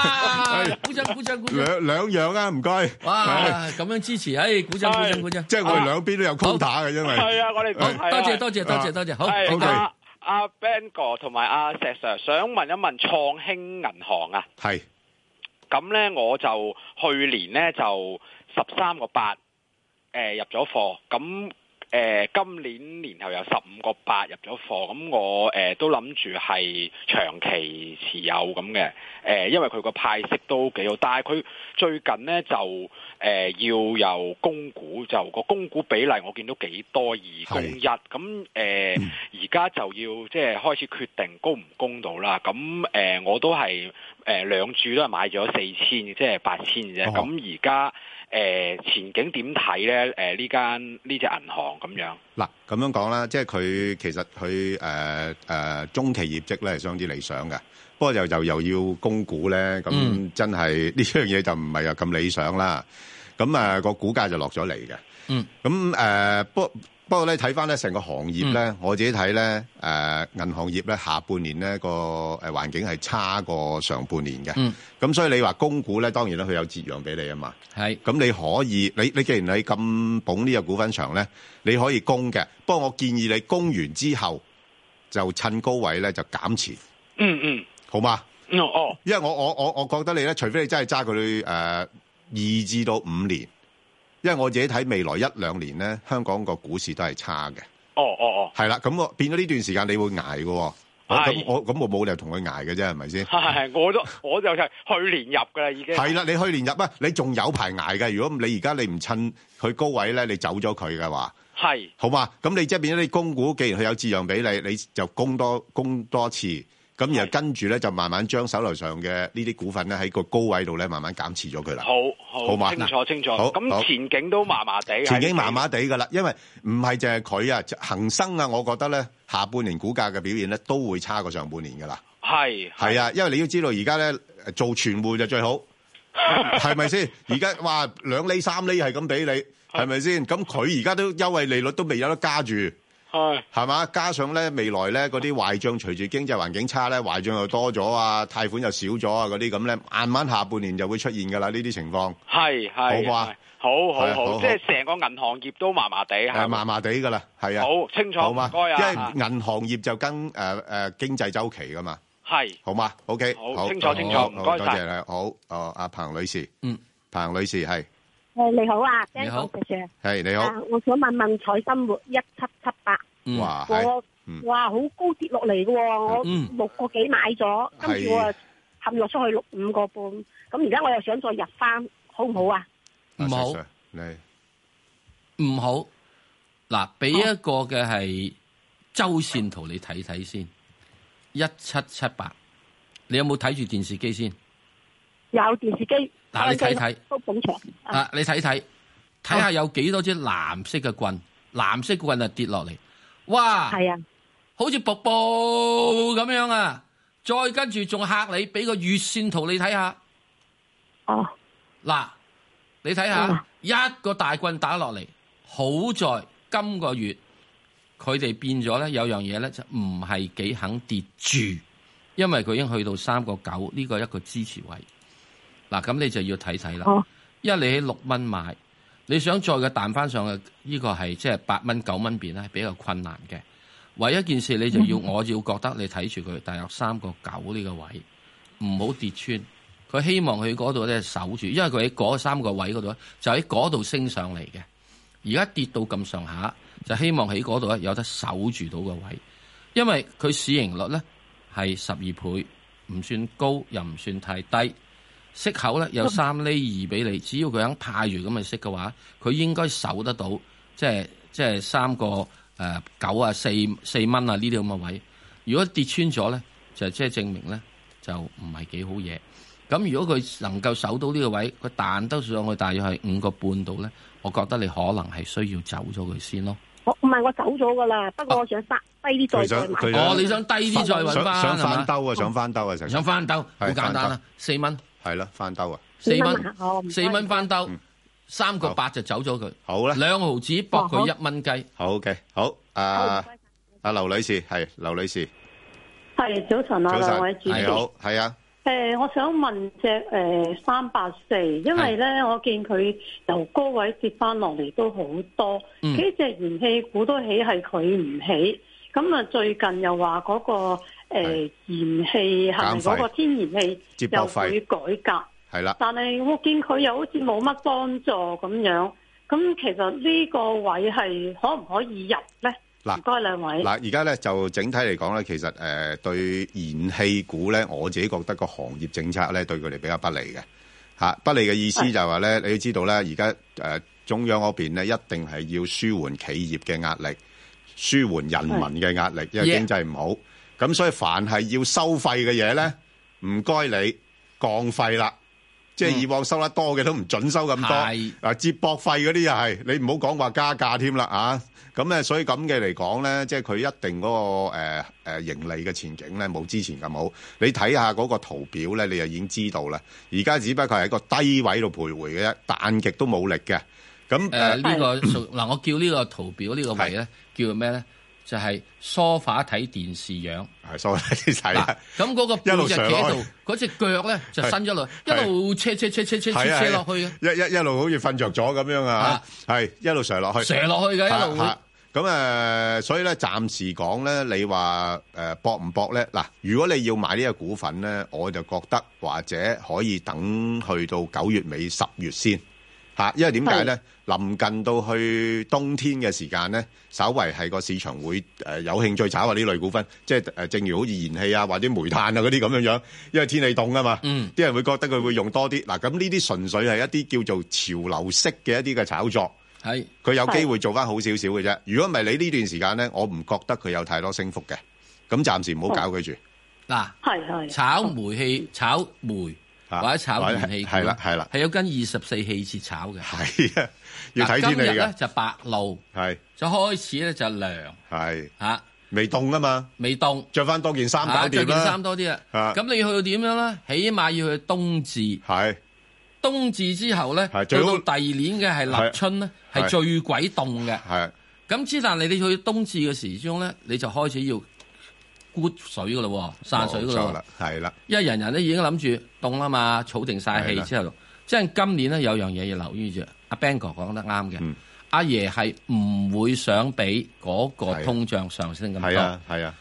Speaker 1: 係
Speaker 2: 鼓掌鼓掌鼓掌，
Speaker 1: 兩兩樣啊，唔該。係
Speaker 2: 哇！咁樣支持，唉，鼓掌鼓掌
Speaker 5: 係
Speaker 2: 鼓掌，
Speaker 1: 即係我哋兩邊都有 quota 嘅，因為
Speaker 5: 係啊，我哋
Speaker 2: 好
Speaker 5: 都係啊
Speaker 2: 多謝多謝多
Speaker 1: 啊
Speaker 2: 謝多謝，好，
Speaker 5: 係
Speaker 1: OK
Speaker 5: 阿阿 Ben 哥同埋阿石 Sir 想問一問創興銀行啊，
Speaker 1: 係
Speaker 5: 咁咧我就去年咧就十三個八誒入咗貨，咁誒、呃今年年頭有十五個八入咗貨，咁我誒、呃都諗住係長期持有咁嘅，誒、呃因為佢個派息都幾好，但係佢最近呢，就誒、呃要由供股，就個供股比例我見到幾多二供一，咁誒而家就要即係開始決定供唔供到啦，咁誒、呃我都係誒、呃、兩注都係買咗四千，即係八千啫，
Speaker 1: 哦
Speaker 5: 咁而家。誒、前景點睇咧？誒呢間呢只銀行咁樣，
Speaker 1: 嗱咁樣講啦，即係佢其實佢誒誒中期業績咧係相當之理想嘅。不過又又又要供股咧，咁
Speaker 2: 嗯
Speaker 1: 真係 呢樣嘢就唔係又咁理想啦。咁啊個股價就落咗嚟嘅。
Speaker 2: 嗯。
Speaker 1: 咁誒不不過咧睇翻咧成個行業
Speaker 2: 嗯
Speaker 1: 咧，我自己睇咧誒銀行業咧下半年咧個誒環境係差過上半年嘅。
Speaker 2: 嗯。
Speaker 1: 咁所以你話供股咧，當然咧佢有折讓俾你啊嘛。
Speaker 2: 係
Speaker 1: 咁你可以，你你既然你咁捧呢個股份場咧，你可以供嘅。不過我建議你供完之後就趁高位咧就減持，
Speaker 5: 嗯嗯
Speaker 1: 好嘛？
Speaker 5: 嗯，哦，
Speaker 1: 因為我我我我覺得你咧，除非你真係揸佢誒呃二至到五年，因為我自己睇未來一兩年咧，香港個股市都係差嘅。
Speaker 5: 哦哦
Speaker 1: 係啦，咁我變咗呢段時間你會捱嘅喎。我咁
Speaker 5: 係
Speaker 1: 我咁我冇理由同佢捱嘅啫，係咪先
Speaker 5: 哦，？係，我都我就係去年入噶啦，已經
Speaker 1: 係啦，你去年入啊，你仲有排捱嘅。如果你而家你唔趁佢高位咧，你走咗佢嘅話。
Speaker 5: 係
Speaker 1: 好嘛？咁你即係變咗你供股，既然佢有折讓俾你，你就供多供多次，咁然後
Speaker 5: 係
Speaker 1: 跟住咧就慢慢將手頭上嘅呢啲股份咧喺個高位度咧慢慢減持咗佢啦。
Speaker 5: 好
Speaker 1: 好嘛
Speaker 5: 好清楚清楚，
Speaker 1: 好好
Speaker 5: 咁前景都麻麻地，
Speaker 1: 前景
Speaker 5: 係
Speaker 1: 麻麻地噶啦，因為唔係淨係佢啊，恒生啊，我覺得咧下半年股價嘅表現咧都會差過上半年噶啦。
Speaker 5: 係
Speaker 1: 係啊，因為你要知道而家咧做傳媒就 最好，係咪先？而家哇兩厘三厘係咁俾你，係咪先？咁佢而家都優惠利率都未有得加住。
Speaker 5: 係
Speaker 1: 係嘛？加上咧未來咧嗰啲壞帳，隨住經濟環境差咧，壞帳又多咗啊，貸款又少咗啊，嗰啲咁咧，慢慢下半年就會出現㗎啦呢啲情況，
Speaker 5: 係係
Speaker 1: 好啩
Speaker 5: 係好
Speaker 1: 係
Speaker 5: 好
Speaker 1: 好好
Speaker 5: 好，即係成個銀行業都麻麻地
Speaker 1: 係
Speaker 5: 係
Speaker 1: 麻麻地㗎啦，係啊，
Speaker 5: 好清楚，
Speaker 1: 好
Speaker 5: 唔
Speaker 1: 嘛？
Speaker 5: 該啊，
Speaker 1: 因為銀行業就跟誒誒經濟周期㗎嘛，
Speaker 5: 係
Speaker 1: 好嘛？OK，
Speaker 5: 好清楚
Speaker 2: 清楚
Speaker 1: 好
Speaker 5: 唔該
Speaker 1: 好多
Speaker 5: 晒
Speaker 1: 謝啦，好，哦，阿彭女士，
Speaker 2: 嗯，
Speaker 1: 彭女士係
Speaker 6: 诶，你好啊，
Speaker 2: 你好
Speaker 6: Ben 哥，謝謝
Speaker 1: 係你好，
Speaker 6: 啊我想問問彩生活一七七八，
Speaker 2: 嗯，
Speaker 1: 哇，係
Speaker 6: 我
Speaker 1: 嗯
Speaker 6: 哇好高跌落嚟嘅喎，我
Speaker 2: 嗯
Speaker 6: 六個幾買咗，跟住
Speaker 1: 係
Speaker 6: 我啊陷落出去六五個半，咁而家我又想再入翻，好唔好
Speaker 7: à.
Speaker 6: 啊？
Speaker 2: 唔
Speaker 1: 啊
Speaker 2: 好
Speaker 1: ，Sir，Sir，你
Speaker 2: 唔好嗱，俾一個嘅係周線圖你睇睇先，一七七八，你有冇睇住電視機先？
Speaker 7: Dạ,
Speaker 6: 有電視機，
Speaker 2: 嗱你睇睇
Speaker 6: 都捧場，啊
Speaker 7: 哦
Speaker 2: 啊，你睇睇，睇下有幾多支藍色嘅棍，藍色棍啊跌落嚟，哇！
Speaker 7: à.
Speaker 6: 係啊，
Speaker 2: 好似瀑布咁樣啊！再跟住仲嚇你，俾個月線圖你睇下。
Speaker 7: Ờ,
Speaker 6: 哦，
Speaker 2: 嗱，你睇
Speaker 6: 嗯
Speaker 2: 下一個大棍打落嚟，好在今個月佢哋變咗咧，有樣嘢咧就唔係幾肯跌住，因為佢已經去到三個九呢個一個支持位。嗱，咁你就要睇睇啦
Speaker 6: 哦，
Speaker 2: 因為你喺六蚊買，你想再嘅彈翻上去，呢、個係即係八蚊九蚊邊咧，係比較困難嘅。唯一一件事你就要，我要覺得你睇住佢大約三個九呢個位，唔好跌穿。佢希望佢嗰度咧守住，因為佢喺嗰三個位嗰度咧，就喺嗰度升上嚟嘅。而家跌到咁上下，就希望喺嗰度咧有得守住到個位，因為佢市盈率咧係十二倍，唔算高又唔算太低，息口咧有三厘二俾你，只要佢肯派住咁嘅息嘅話，佢應該守得到，即係即係三個誒九啊四四蚊啊呢啲咁嘅位。如果跌穿咗咧，就即係證明咧就唔係幾好嘢。咁如果佢能夠守到呢個位，佢彈得上去大約係五個半度咧，我覺得你可能係需要走咗佢先咯。
Speaker 6: 我唔係我走咗噶啦，不過我想翻低啲
Speaker 1: 佢
Speaker 6: 再
Speaker 1: 想
Speaker 6: 再買，
Speaker 1: 佢
Speaker 2: 哦，你想低啲再揾
Speaker 1: 想
Speaker 2: 翻
Speaker 1: 啊想
Speaker 2: 係嘛
Speaker 1: 翻兜啊，想翻兜啊，成
Speaker 2: 想翻兜，好
Speaker 1: 係
Speaker 2: 簡單
Speaker 1: 翻
Speaker 2: 啦，四蚊
Speaker 1: 係啦，翻兜啊，
Speaker 2: 四
Speaker 6: 四蚊
Speaker 2: 蚊
Speaker 6: 啊哦唔該
Speaker 2: 四蚊翻兜
Speaker 1: 嗯，
Speaker 2: 三個八就走咗佢，
Speaker 1: 好啦，
Speaker 2: 兩毫子博佢
Speaker 6: 哦好
Speaker 2: 一蚊雞。
Speaker 1: 好嘅，好，
Speaker 7: Ừ.
Speaker 6: 好
Speaker 1: 啊
Speaker 6: 唔該晒
Speaker 1: 啊，劉女士係劉女士，
Speaker 7: 系早晨啊，
Speaker 1: 早晨
Speaker 7: 兩位，主
Speaker 1: 你
Speaker 7: 持。
Speaker 1: 好，係啊，
Speaker 7: 诶、呃我想問只诶三八四，因為咧我見佢由高位跌翻落嚟都好多，
Speaker 2: 嗯
Speaker 7: 幾隻燃氣股都起係佢唔起，咁啊最近又話嗰、個诶、燃氣係
Speaker 1: 減費
Speaker 7: 咪嗰個天然氣
Speaker 1: 接駁
Speaker 7: 又
Speaker 1: 費
Speaker 7: 會改革？
Speaker 1: 係啦，
Speaker 7: 但係我見佢又好似冇乜幫助咁樣，咁其實呢個位係可唔可以入咧？
Speaker 1: 嗱
Speaker 7: 唔該兩位。
Speaker 1: 嗱，而家咧就整體嚟講咧，其實誒、呃、對燃氣股咧，我自己覺得個行業政策咧對佢哋比較不利嘅嚇、不利嘅意思就係話咧，你要知道咧，而家誒中央嗰邊咧一定係要舒緩企業嘅壓力，舒緩人民嘅壓力，因為
Speaker 2: Yeah
Speaker 1: 經濟唔好。咁所以凡係要收費嘅嘢咧，唔該你降費啦。即係以往收得多嘅都唔準收咁
Speaker 2: 嗯係
Speaker 1: 多，嗱啊接駁費嗰啲又係你唔好講話加價添啦啊！咁咧，所以咁嘅嚟講咧，即係佢一定嗰、個誒、呃盈利嘅前景咧冇之前咁好。你睇下嗰個圖表咧，你就已經知道啦。而家只不過係一個低位度徘徊嘅啫，彈極都冇力嘅。咁呃誒、
Speaker 6: 嗯
Speaker 2: 誒呃呢個屬嗱，我叫呢個圖表呢個位咧叫做咩咧？就係梳化睇電視樣。
Speaker 1: 係所 以睇
Speaker 2: 嗱
Speaker 1: 啦，，
Speaker 2: 咁嗰個背脊企
Speaker 1: 一路
Speaker 2: 喺
Speaker 1: 上落
Speaker 2: 度，嗰只腳咧就伸咗落，一
Speaker 1: 係
Speaker 2: 路斜斜斜斜斜斜
Speaker 1: 係啊
Speaker 2: 斜落去嘅，
Speaker 1: 一一一路好似瞓着咗咁樣啊，係一路上落去，
Speaker 2: 斜落去嘅一路會
Speaker 1: 嚇嚇咁誒、呃所以咧，暫時講咧，你話誒搏唔搏咧？嗱，如果你要買呢個股份咧，我就覺得或者可以等去到九月尾、十月先嚇、因為點解咧？臨近到去冬天嘅時間咧，稍為係個市場會誒、呃有興趣炒下呢類股份，即係誒、呃正如好似燃氣啊或者煤炭啊嗰啲咁樣樣，因為天氣凍啊嘛。
Speaker 2: 嗯。
Speaker 1: 啲人會覺得佢會用多啲嗱，咁呢啲純粹係一啲叫做潮流式嘅一啲嘅炒作，
Speaker 2: 係
Speaker 1: 佢有機會做翻好少少嘅啫。如果唔係你呢段時間咧，我唔覺得佢有太多升幅嘅。咁暫時唔好搞佢住，
Speaker 2: 嗱，
Speaker 7: 係係。
Speaker 2: 炒煤氣、炒煤
Speaker 1: 啊
Speaker 2: 或者炒燃氣股，
Speaker 1: 係啦係啦
Speaker 2: 係有跟二十四氣節炒嘅。
Speaker 1: 係啊，要睇天
Speaker 2: 嗱今日
Speaker 1: 氣
Speaker 2: 咧
Speaker 1: 嘅，
Speaker 2: 就白露，
Speaker 1: 係
Speaker 2: 就開始咧就涼
Speaker 1: 係
Speaker 2: 嚇，
Speaker 1: 未凍啊嘛，
Speaker 2: 未凍
Speaker 1: 着翻多件衫搞
Speaker 2: 嚇，
Speaker 1: 掂
Speaker 2: 着件衫
Speaker 1: 啦，
Speaker 2: 多啲啊。
Speaker 1: 啊
Speaker 2: 咁你去到點樣咧？起碼要去冬至。
Speaker 1: 係
Speaker 2: 冬至之後咧，
Speaker 1: 係
Speaker 2: 到
Speaker 1: 最好
Speaker 2: 到第二年嘅係立春咧，
Speaker 1: 係
Speaker 2: 係最鬼凍嘅。
Speaker 1: 係
Speaker 2: 咁之但係你去冬至嘅時鐘咧，你就開始要沽水噶咯，散水
Speaker 1: 冇
Speaker 2: 噶
Speaker 1: 錯
Speaker 2: 咯
Speaker 1: 啦。，係啦，
Speaker 2: 因為人人咧已經諗住凍啦嘛，儲定晒氣之後，即係今年咧有樣嘢要留意住。阿 Bang 哥講得啱嘅
Speaker 1: 嗯，
Speaker 2: 阿爺係唔會想俾
Speaker 1: 係
Speaker 2: 嗰個
Speaker 1: 啊
Speaker 2: 通脹上升咁
Speaker 1: 係
Speaker 2: 多。
Speaker 1: 啊，係啊，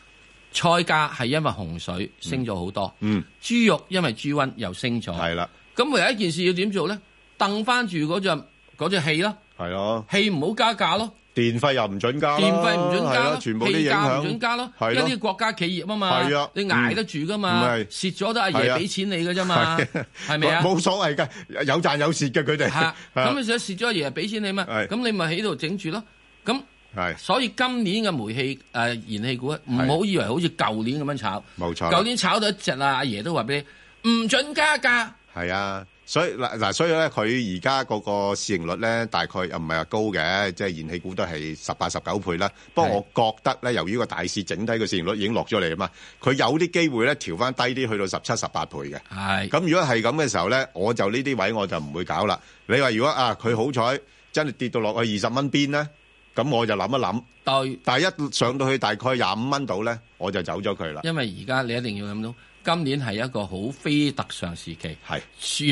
Speaker 2: 菜價係因為洪水升咗好多，
Speaker 1: 嗯，
Speaker 2: 豬肉因為豬瘟又升咗。
Speaker 1: 係啦，
Speaker 2: 咁唯一一件事要點做咧？掟翻住嗰隻嗰只氣咯，
Speaker 1: 係咯，
Speaker 2: 氣唔好加價咯，
Speaker 1: 電費又唔准加啦，
Speaker 2: 電費唔准
Speaker 1: 係
Speaker 2: 加
Speaker 1: 咯啊
Speaker 2: 咯，
Speaker 1: 全部啲
Speaker 2: 氣
Speaker 1: 影
Speaker 2: 價唔
Speaker 1: 響
Speaker 2: 准加咯，
Speaker 1: 係
Speaker 2: 因
Speaker 1: 咯
Speaker 2: 為啲國家企業啊嘛
Speaker 1: 係啊，
Speaker 2: 你捱得住噶嘛，
Speaker 1: 嗯唔係
Speaker 2: 蝕咗都阿
Speaker 1: 係
Speaker 2: 爺
Speaker 1: 啊
Speaker 2: 俾錢你嘅啫嘛，
Speaker 1: 係
Speaker 2: 係咪啊？
Speaker 1: 冇冇所謂㗎，有賺有蝕嘅佢 哋。
Speaker 2: 嚇，
Speaker 1: 啊
Speaker 2: 咁你想蝕咗阿爺俾錢你嘛，
Speaker 1: 係
Speaker 2: 咁你咪喺度整住咯，咁。
Speaker 1: 係
Speaker 2: 所以今年嘅煤氣誒、呃燃氣股，唔好以為好似舊年咁樣炒。
Speaker 1: 冇錯啦
Speaker 2: 舊年炒到一隻啊，阿爺都話俾你唔准加價。
Speaker 1: 係啊，所以嗱嗱，所以咧，佢而家嗰個市盈率咧，大概又唔係話高嘅，即係燃氣股都係十八、十九倍啦。不過
Speaker 2: 係
Speaker 1: 我覺得咧，由於個大市整體個市盈率已經落咗嚟啊嘛，佢有啲機會咧調翻低啲，去到十七、十八倍嘅。
Speaker 2: 係，
Speaker 1: 咁如果係咁嘅時候咧，我就呢啲位我就唔會搞啦。你話如果啊佢好彩真係跌到落去二十蚊邊咧，咁我就諗一諗。
Speaker 2: 對，
Speaker 1: 但係一上到去大概廿五蚊度咧，我就走咗佢啦。
Speaker 2: 因為而家你一定要諗到，今年係一個好非特常時期，
Speaker 1: 係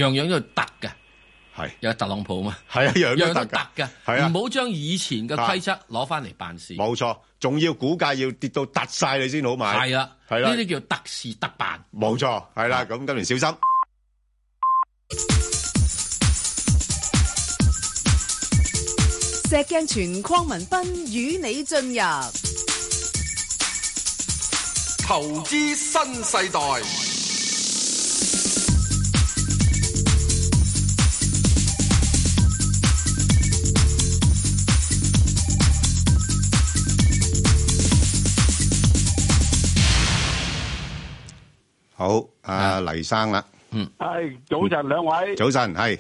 Speaker 2: 樣樣都得嘅，
Speaker 1: 係
Speaker 2: 有特朗普嘛，
Speaker 1: 係啊，樣
Speaker 2: 樣樣
Speaker 1: 樣
Speaker 2: 都
Speaker 1: 得
Speaker 2: 得
Speaker 1: 㗎，
Speaker 2: 嘅，
Speaker 1: 係啊
Speaker 2: 唔好將以前嘅規則攞翻嚟辦事。
Speaker 1: 冇錯，仲要股價要跌到突晒你先好買。
Speaker 2: 係啊啦，
Speaker 1: 係
Speaker 2: 呢
Speaker 1: 啦
Speaker 2: 啲叫特事特辦。
Speaker 1: 冇錯，係啦，咁今年小心。
Speaker 8: 石鏡泉邝文斌與你進入
Speaker 9: 投資新世代，
Speaker 1: 好，阿黎生啦，
Speaker 10: 系早晨兩位，
Speaker 1: 早晨，係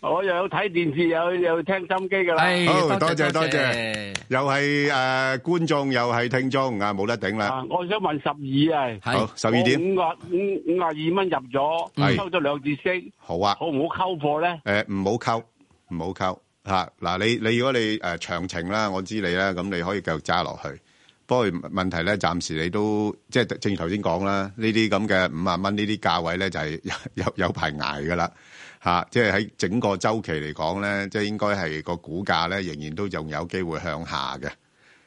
Speaker 10: 我又有睇電視，又有聽心機噶啦。
Speaker 2: 哎
Speaker 1: 好多謝
Speaker 2: 多
Speaker 1: 多謝又係誒觀眾，又係聽眾啊，冇得頂啦。
Speaker 10: 啊，我想問十二啊，
Speaker 1: 好
Speaker 2: 係，
Speaker 1: 十二點，
Speaker 10: 五啊五五啊二蚊入咗，
Speaker 1: 係
Speaker 10: 收咗兩次息，
Speaker 1: 好啊。
Speaker 10: 好唔好溝貨咧？
Speaker 1: 誒呃唔好溝，唔好溝嚇。嗱，你你如果你誒、長情啦，我知你啦，咁你可以繼續揸落去。不過問題咧，暫時你都即係正如頭先講啦，呢啲咁嘅五萬蚊呢啲價位咧，就係、 有有有排捱噶啦嚇。即係喺整個周期嚟講咧，即係應該係個股價咧，仍然都仲有機會向下嘅。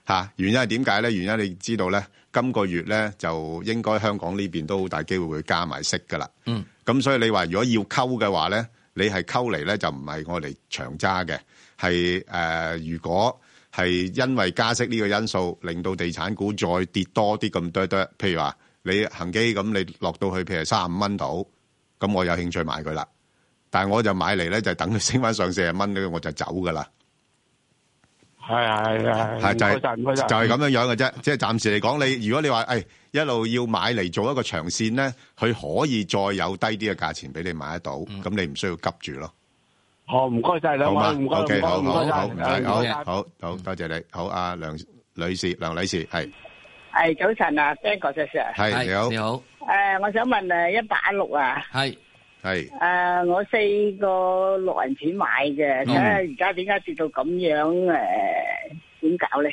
Speaker 1: 嚇、原因係點解咧？原因你知道咧，今個月咧就應該香港呢邊都好大機會會加埋息噶啦。
Speaker 2: 嗯，
Speaker 1: 咁所以你話如果要溝嘅話咧，你係溝嚟咧就唔係我嚟長揸嘅，係誒、呃如果係因為加息呢個因素，令到地產股再跌多啲咁多多，譬如話你恒基咁，你落到去譬如三十五蚊度，咁我有興趣買佢啦。但係我就買嚟咧，就等佢升翻上四十蚊咧，我就走噶啦。
Speaker 10: 係係係，
Speaker 1: 係就係
Speaker 10: 唔該晒，唔該
Speaker 1: 就
Speaker 10: 晒。
Speaker 1: 係咁樣樣嘅啫。即係暫時嚟講，你如果你話誒、哎一路要買嚟做一個長線咧，佢可以再有低啲嘅價錢俾你買得到，咁、你唔需要急住咯。
Speaker 10: 好，唔該晒兩位，
Speaker 1: 好嘛？
Speaker 10: 唔該，唔
Speaker 1: OK，
Speaker 10: 該，
Speaker 1: 好，
Speaker 10: 唔
Speaker 1: 好，
Speaker 10: 該晒
Speaker 1: 好，
Speaker 10: 唔
Speaker 1: 唔使，
Speaker 10: 該晒
Speaker 1: 好，
Speaker 10: 唔該晒
Speaker 1: 好，好，多謝你。好，阿梁-女士-梁女士，係，係，
Speaker 6: 系早晨啊，Ben 哥 Sir Sir，
Speaker 2: 係
Speaker 1: 你好，
Speaker 2: 你好，
Speaker 6: 诶，我想问诶一八一六啊，
Speaker 2: 係
Speaker 1: 係，
Speaker 6: 诶，我四个六人钱买嘅，
Speaker 2: 嗯
Speaker 6: 睇下而家点解跌到咁样诶，点搞咧？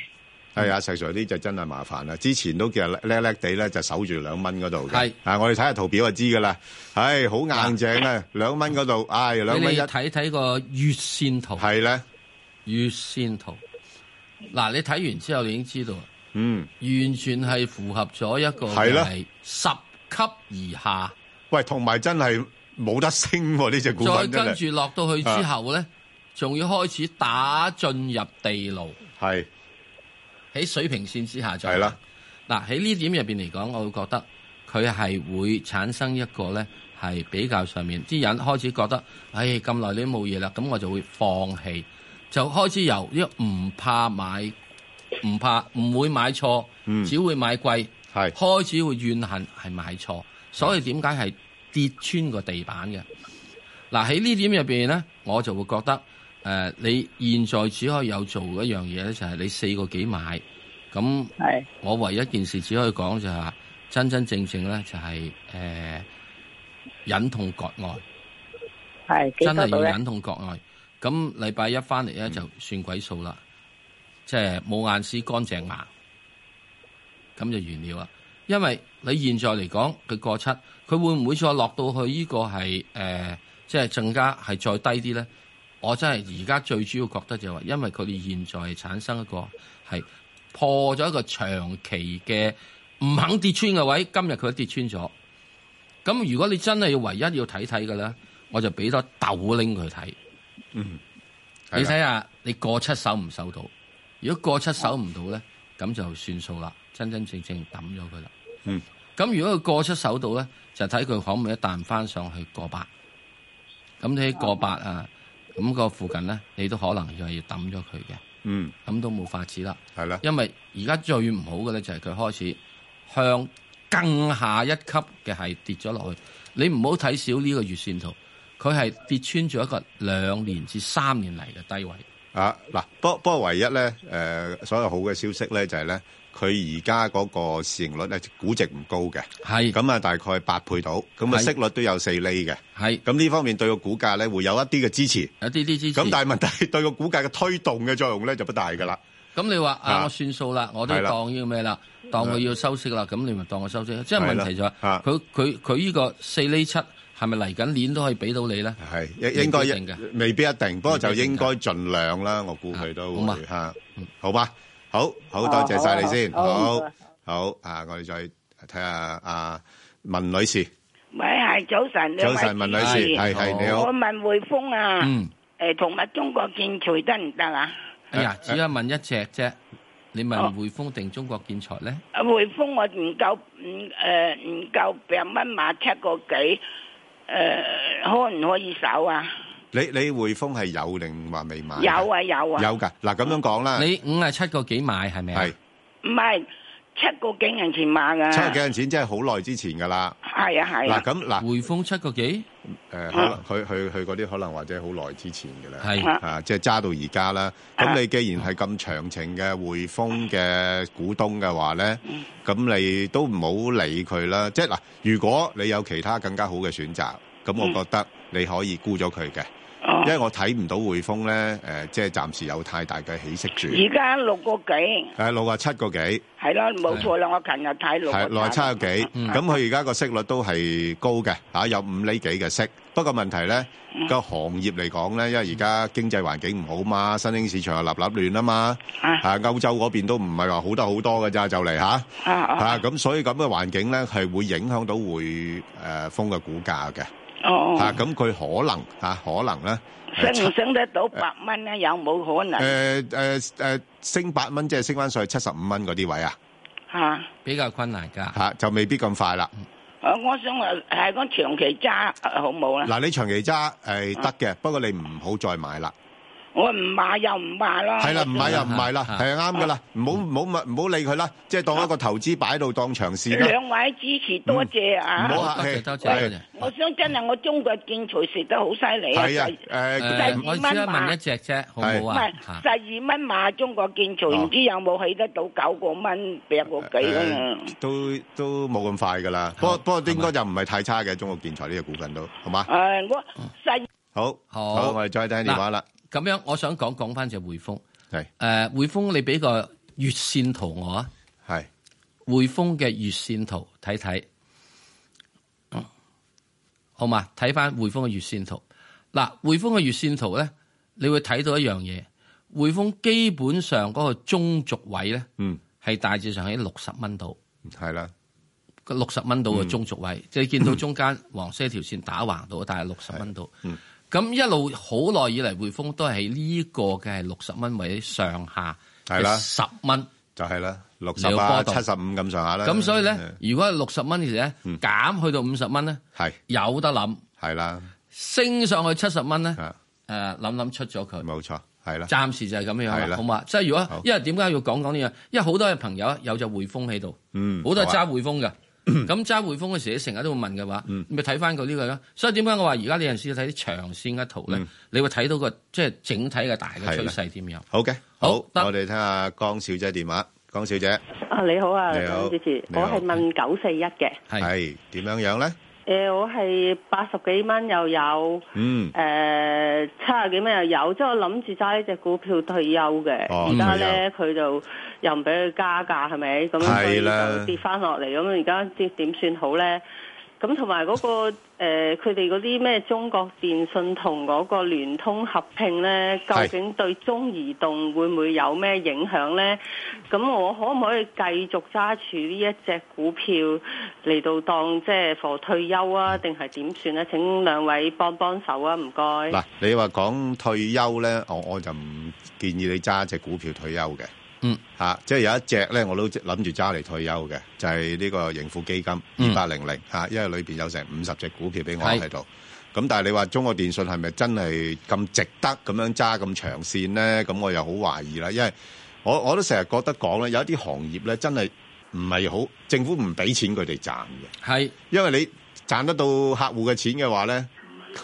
Speaker 1: 係，阿石Sir呢就真係麻煩啦。之前都叫人叻-叻叻地呢就守住兩蚊嗰度嘅。
Speaker 2: 係。
Speaker 1: 啊，我哋睇下圖表就知㗎啦。唉，好硬淨啊，兩蚊嗰度，唉，兩
Speaker 2: 你
Speaker 1: 蚊一-
Speaker 2: 哋睇睇個月線圖。啊月線圖。嗱，你睇完之後，你已經知道啦，
Speaker 1: 係呢，嗯。喂，同埋呢，
Speaker 2: 完全係符合咗一個
Speaker 1: 係啦
Speaker 2: 係十級而下，
Speaker 1: 真係冇得升喎，呢隻股份啊
Speaker 2: 再跟
Speaker 1: 真係。
Speaker 2: 住落到去之後咧，仲要開始打進入地牢，
Speaker 1: 係，
Speaker 2: 喺水平線之下再。
Speaker 1: 係啦。
Speaker 2: 嗱，喺呢點入邊嚟講，我會覺得佢係會產生一個咧係比較上面啲人開始覺得，唉咁耐你都冇嘢啦，咁我就會放棄，就開始由一個唔怕買，唔怕唔會買錯，
Speaker 1: 嗯
Speaker 2: 只會買貴。
Speaker 1: 係，
Speaker 2: 開始會怨恨係買錯，所以點解係跌穿個地板嘅？嗱喺呢點入邊呢，我就會覺得誒、呃你現在只可以有做一樣嘢咧，就係、你四個幾買，咁
Speaker 6: 系
Speaker 2: 我唯一一件事只可以講就係、真真正正咧就係、呃忍痛割愛，
Speaker 6: 系几
Speaker 2: 真
Speaker 6: 多
Speaker 2: 係
Speaker 6: 度嗯
Speaker 2: 要
Speaker 6: 咧？
Speaker 2: 忍痛割愛。咁禮拜一翻嚟咧就算鬼數啦，即係冇眼屎乾淨牙，咁就完了啦。啊因為你現在嚟講，佢過七，佢會唔會再落到去呢個係誒、呃即係更加係再低啲咧？我真係而家最主要覺得就係話，因為佢哋現在係產生一個係破咗一個長期嘅唔肯跌穿嘅位，今日佢都跌穿咗。咁如果你真係要唯一要睇睇嘅咧，我就俾多豆拎佢睇。
Speaker 1: 嗯，
Speaker 2: 你睇下你過七手唔守到，如果過七手唔到咧，咁就算數啦，真真正正抌咗佢啦。
Speaker 1: 嗯，
Speaker 2: 咁如果佢過出手度咧，就睇佢可唔可以一彈翻上去過百。咁你喺過百啊，咁、個附近咧，你都可能又要抌咗佢嘅。
Speaker 1: 嗯，
Speaker 2: 咁都冇法子啦。
Speaker 1: 係啦，
Speaker 2: 因為而家最唔好嘅咧就係佢開始向更下一級嘅係跌咗落去。你唔好睇少呢個月線圖，佢係跌穿咗一個兩年至三年嚟嘅低位。
Speaker 1: 啊嗱，不不過唯一咧，誒、所有好嘅消息咧就係、咧，佢而家嗰個市盈率咧估值唔高嘅，
Speaker 2: 係
Speaker 1: 咁啊大概八倍到，咁啊
Speaker 2: 係
Speaker 1: 息率都有四厘嘅，
Speaker 2: 係
Speaker 1: 咁呢方面對個股價咧會有一啲嘅支持，
Speaker 2: 有啲啲支持
Speaker 1: 咁但係問題 對個股價嘅推動嘅作用咧就不大㗎啦，
Speaker 2: 咁你話
Speaker 1: 啊
Speaker 2: 啊，我算數啦，我都
Speaker 1: 係啦
Speaker 2: 當要咩啦，當佢要收息啦，咁你咪當我收息啦。即係
Speaker 1: 係啦
Speaker 2: 問題就係
Speaker 1: 啊
Speaker 2: 佢佢佢呢個四厘七係咪嚟緊年都可以俾到你咧？
Speaker 1: 係應應該
Speaker 2: 未必定嘅
Speaker 1: 未必一定，不過就
Speaker 2: 未必一
Speaker 1: 應
Speaker 2: 定㗎
Speaker 1: 該盡量啦，我估佢都
Speaker 2: 好嘛
Speaker 1: 會嚇，好嘛，好好多謝晒你先，好好啊，我哋再睇下啊文女士，
Speaker 11: 喂，系早晨，
Speaker 1: 早晨文女士，係係你好
Speaker 11: 我。问汇丰啊，
Speaker 2: 嗯，
Speaker 11: 诶，同埋中国建材得唔得啊？
Speaker 2: 哎呀，只係問一隻啫，你
Speaker 1: 啊
Speaker 2: 問匯豐定中國建材咧？
Speaker 11: 汇丰我唔够唔诶唔够百蚊买七個幾，诶，可唔可以守啊？
Speaker 1: 你你匯豐係有定話未買？
Speaker 11: 有啊有啊，
Speaker 1: 有㗎。嗱咁樣講啦，
Speaker 2: 你五啊七個幾買係咪啊？
Speaker 1: 係
Speaker 11: 唔係七個幾銀錢買噶，
Speaker 1: 七個幾銀錢，即係好耐之前㗎啦。
Speaker 11: 係啊係
Speaker 1: 嗱
Speaker 11: 啊，
Speaker 1: 咁嗱
Speaker 2: 匯豐七個幾？
Speaker 11: 嗯
Speaker 1: 誒，可能佢佢佢嗰啲可能或者好耐之前㗎啦。
Speaker 2: 係
Speaker 1: 啊，即係揸到而家啦。
Speaker 11: 啊
Speaker 1: 咁你既然係咁長情嘅匯豐嘅股東嘅話咧，
Speaker 11: 嗯
Speaker 1: 咁你都唔好理佢啦。即係嗱，如果你有其他更加好嘅選擇，咁
Speaker 11: 嗯
Speaker 1: 我覺得你可以沽咗佢嘅，
Speaker 11: 哦
Speaker 1: 因為我睇唔到匯豐咧誒，即係暫時有太大嘅起色住。
Speaker 11: 而家六個幾，
Speaker 1: 誒六啊七個幾。
Speaker 11: 係咯，冇錯啦，我琴日睇六
Speaker 1: 係
Speaker 11: 個
Speaker 1: 六啊七個幾，咁佢而家個息率都係高嘅，嚇有五厘幾嘅息。不過問題咧，個行業嚟講咧，因為而家經濟環境唔好嘛，新興市場又立立亂啊嘛，嚇歐洲嗰邊都唔係話好得好多㗎咋，就嚟嚇
Speaker 11: 啊
Speaker 1: 嚇咁，所以咁嘅環境咧係會影響到匯誒豐嘅股價嘅
Speaker 11: 哦，
Speaker 1: 嚇，咁佢可能嚇可能咧
Speaker 11: 升唔升得到百蚊咧？有冇可能
Speaker 1: 誒誒誒升八蚊，即係升翻上去七十五蚊嗰啲位啊
Speaker 11: 嚇？
Speaker 2: 比較困難㗎。
Speaker 1: 嚇，就未必咁快啦。
Speaker 11: 我我想話係講長期揸呃好冇 啦，
Speaker 1: 嗱，你長期揸係得嘅，不過你唔好再買啦。
Speaker 11: 我唔買又唔買咯。
Speaker 1: 係啦，唔買又唔買啦，
Speaker 2: 啊
Speaker 1: 係啱噶啦，唔好唔好咪唔好理佢啦，即係當一個投資擺到當長線啦。
Speaker 11: 兩位支持多謝啊！
Speaker 1: 唔好客氣，
Speaker 2: 多謝多謝
Speaker 1: 係
Speaker 2: 多謝
Speaker 11: 我想真係我中國建材食得好犀利啊！
Speaker 1: 係啊，誒
Speaker 2: 誒，我
Speaker 11: 二
Speaker 2: 只
Speaker 11: 蚊
Speaker 2: 係
Speaker 11: 買
Speaker 2: 問一隻啫，好
Speaker 11: 唔
Speaker 2: 唔好啊
Speaker 11: 係？
Speaker 2: 嚇
Speaker 11: 十二蚊買中國建
Speaker 1: 哦
Speaker 11: 材，唔知有冇起得到九個蚊、八個幾咁啊？
Speaker 1: 誒都都冇咁快噶啦。不過不過應該就唔係太差嘅，中國建材呢個股份都好嘛？
Speaker 11: 誒，我十二
Speaker 1: 好，
Speaker 2: 好
Speaker 1: 好，我哋再聽電話啦。
Speaker 2: 咁樣，我想講講翻隻匯豐。
Speaker 1: 係
Speaker 2: 誒，匯豐你俾個月線圖我啊。
Speaker 1: 係
Speaker 2: 匯豐嘅月線圖睇睇，嗯好嘛？睇翻匯豐嘅月線圖。嗱，匯豐嘅月線圖咧，你會睇到一樣嘢，匯豐基本上嗰個中軸位咧，
Speaker 1: 嗯，
Speaker 2: 係大致上喺六十蚊度，
Speaker 1: 係啦，
Speaker 2: 六十蚊
Speaker 1: 嗯
Speaker 2: 度嘅中軸位，即係見到中間黃色一條線打橫到，但係六十蚊度。
Speaker 1: 嗯
Speaker 2: 咁一路好耐以嚟，匯豐都係呢個嘅係六十蚊位上下，
Speaker 1: 係啦
Speaker 2: 十蚊。
Speaker 1: 就係啦，六十
Speaker 2: 你有
Speaker 1: 啊
Speaker 2: 波
Speaker 1: 七
Speaker 2: 動
Speaker 1: 十五咁上下啦。
Speaker 2: 咁所以咧，如果係六十蚊嘅時咧，
Speaker 1: 嗯
Speaker 2: 減去到五十蚊咧。
Speaker 1: 係
Speaker 2: 有得諗，
Speaker 1: 係啦，
Speaker 2: 升上去七十蚊咧，誒
Speaker 1: 啊
Speaker 2: 諗諗出咗佢，
Speaker 1: 冇錯，係啦，
Speaker 2: 暫時就係咁樣
Speaker 1: 係啦
Speaker 2: 啦，好嘛？即係如
Speaker 1: 好
Speaker 2: 果，因為點解要講講呢樣？因為好多嘅朋友啊有隻匯豐喺度，
Speaker 1: 嗯，
Speaker 2: 好多係
Speaker 1: 好啊
Speaker 2: 揸匯 豐嘅。咁揸匯豐嘅時，你成日都會問嘅話，
Speaker 1: 嗯
Speaker 2: 你咪睇翻佢呢個咯。所以點解我話而家你有陣時睇啲長線嘅圖咧
Speaker 1: 嗯，
Speaker 2: 你會睇到個即係整體嘅大嘅趨勢點樣？
Speaker 1: 好嘅，好，
Speaker 2: 好得
Speaker 1: 我哋聽下江小姐電話，江小姐。
Speaker 12: 啊，你好啊，
Speaker 1: 你好
Speaker 12: 主持，
Speaker 1: 你
Speaker 12: 我
Speaker 1: 好
Speaker 12: 係問九四一嘅，
Speaker 2: 係
Speaker 1: 係點樣樣咧？
Speaker 12: 誒、我係八十幾蚊又有，
Speaker 1: 嗯，
Speaker 12: 誒七十幾蚊又有，即係我諗住揸呢只股票退休嘅，
Speaker 1: 哦
Speaker 12: 而家咧佢就又唔俾佢加價，係咪？咁樣所以
Speaker 1: 係啦
Speaker 12: 就跌翻落嚟，咁樣而家跌點算好咧？咁同埋嗰個誒佢哋嗰啲咩中國電信同嗰個聯通合併呢，究
Speaker 13: 係
Speaker 12: 竟對中移動會唔會有咩影響呢？咁我可唔可以繼續揸住呢一隻股票嚟到當即係貨退休啊？定係點算呢？請兩位幫幫手啊！唔該。
Speaker 1: 嗱，你話講退休咧，我我就唔建議你揸只股票退休嘅。
Speaker 2: 嗯，
Speaker 1: 嚇、即係有一隻咧，我都諗住揸嚟退休嘅，就係、呢個盈富基金
Speaker 2: 嗯
Speaker 1: 二八零零嚇，因為裏邊有成五十隻股票俾我
Speaker 2: 係
Speaker 1: 喺度。咁但係你話中國電信係咪真係咁值得咁樣揸咁長線咧？咁我又好懷疑啦，因為我我都成日覺得講咧，有一啲行業咧真係唔係好政府唔俾錢佢哋賺嘅，
Speaker 2: 係
Speaker 1: 因為你賺得到客戶嘅錢嘅話咧。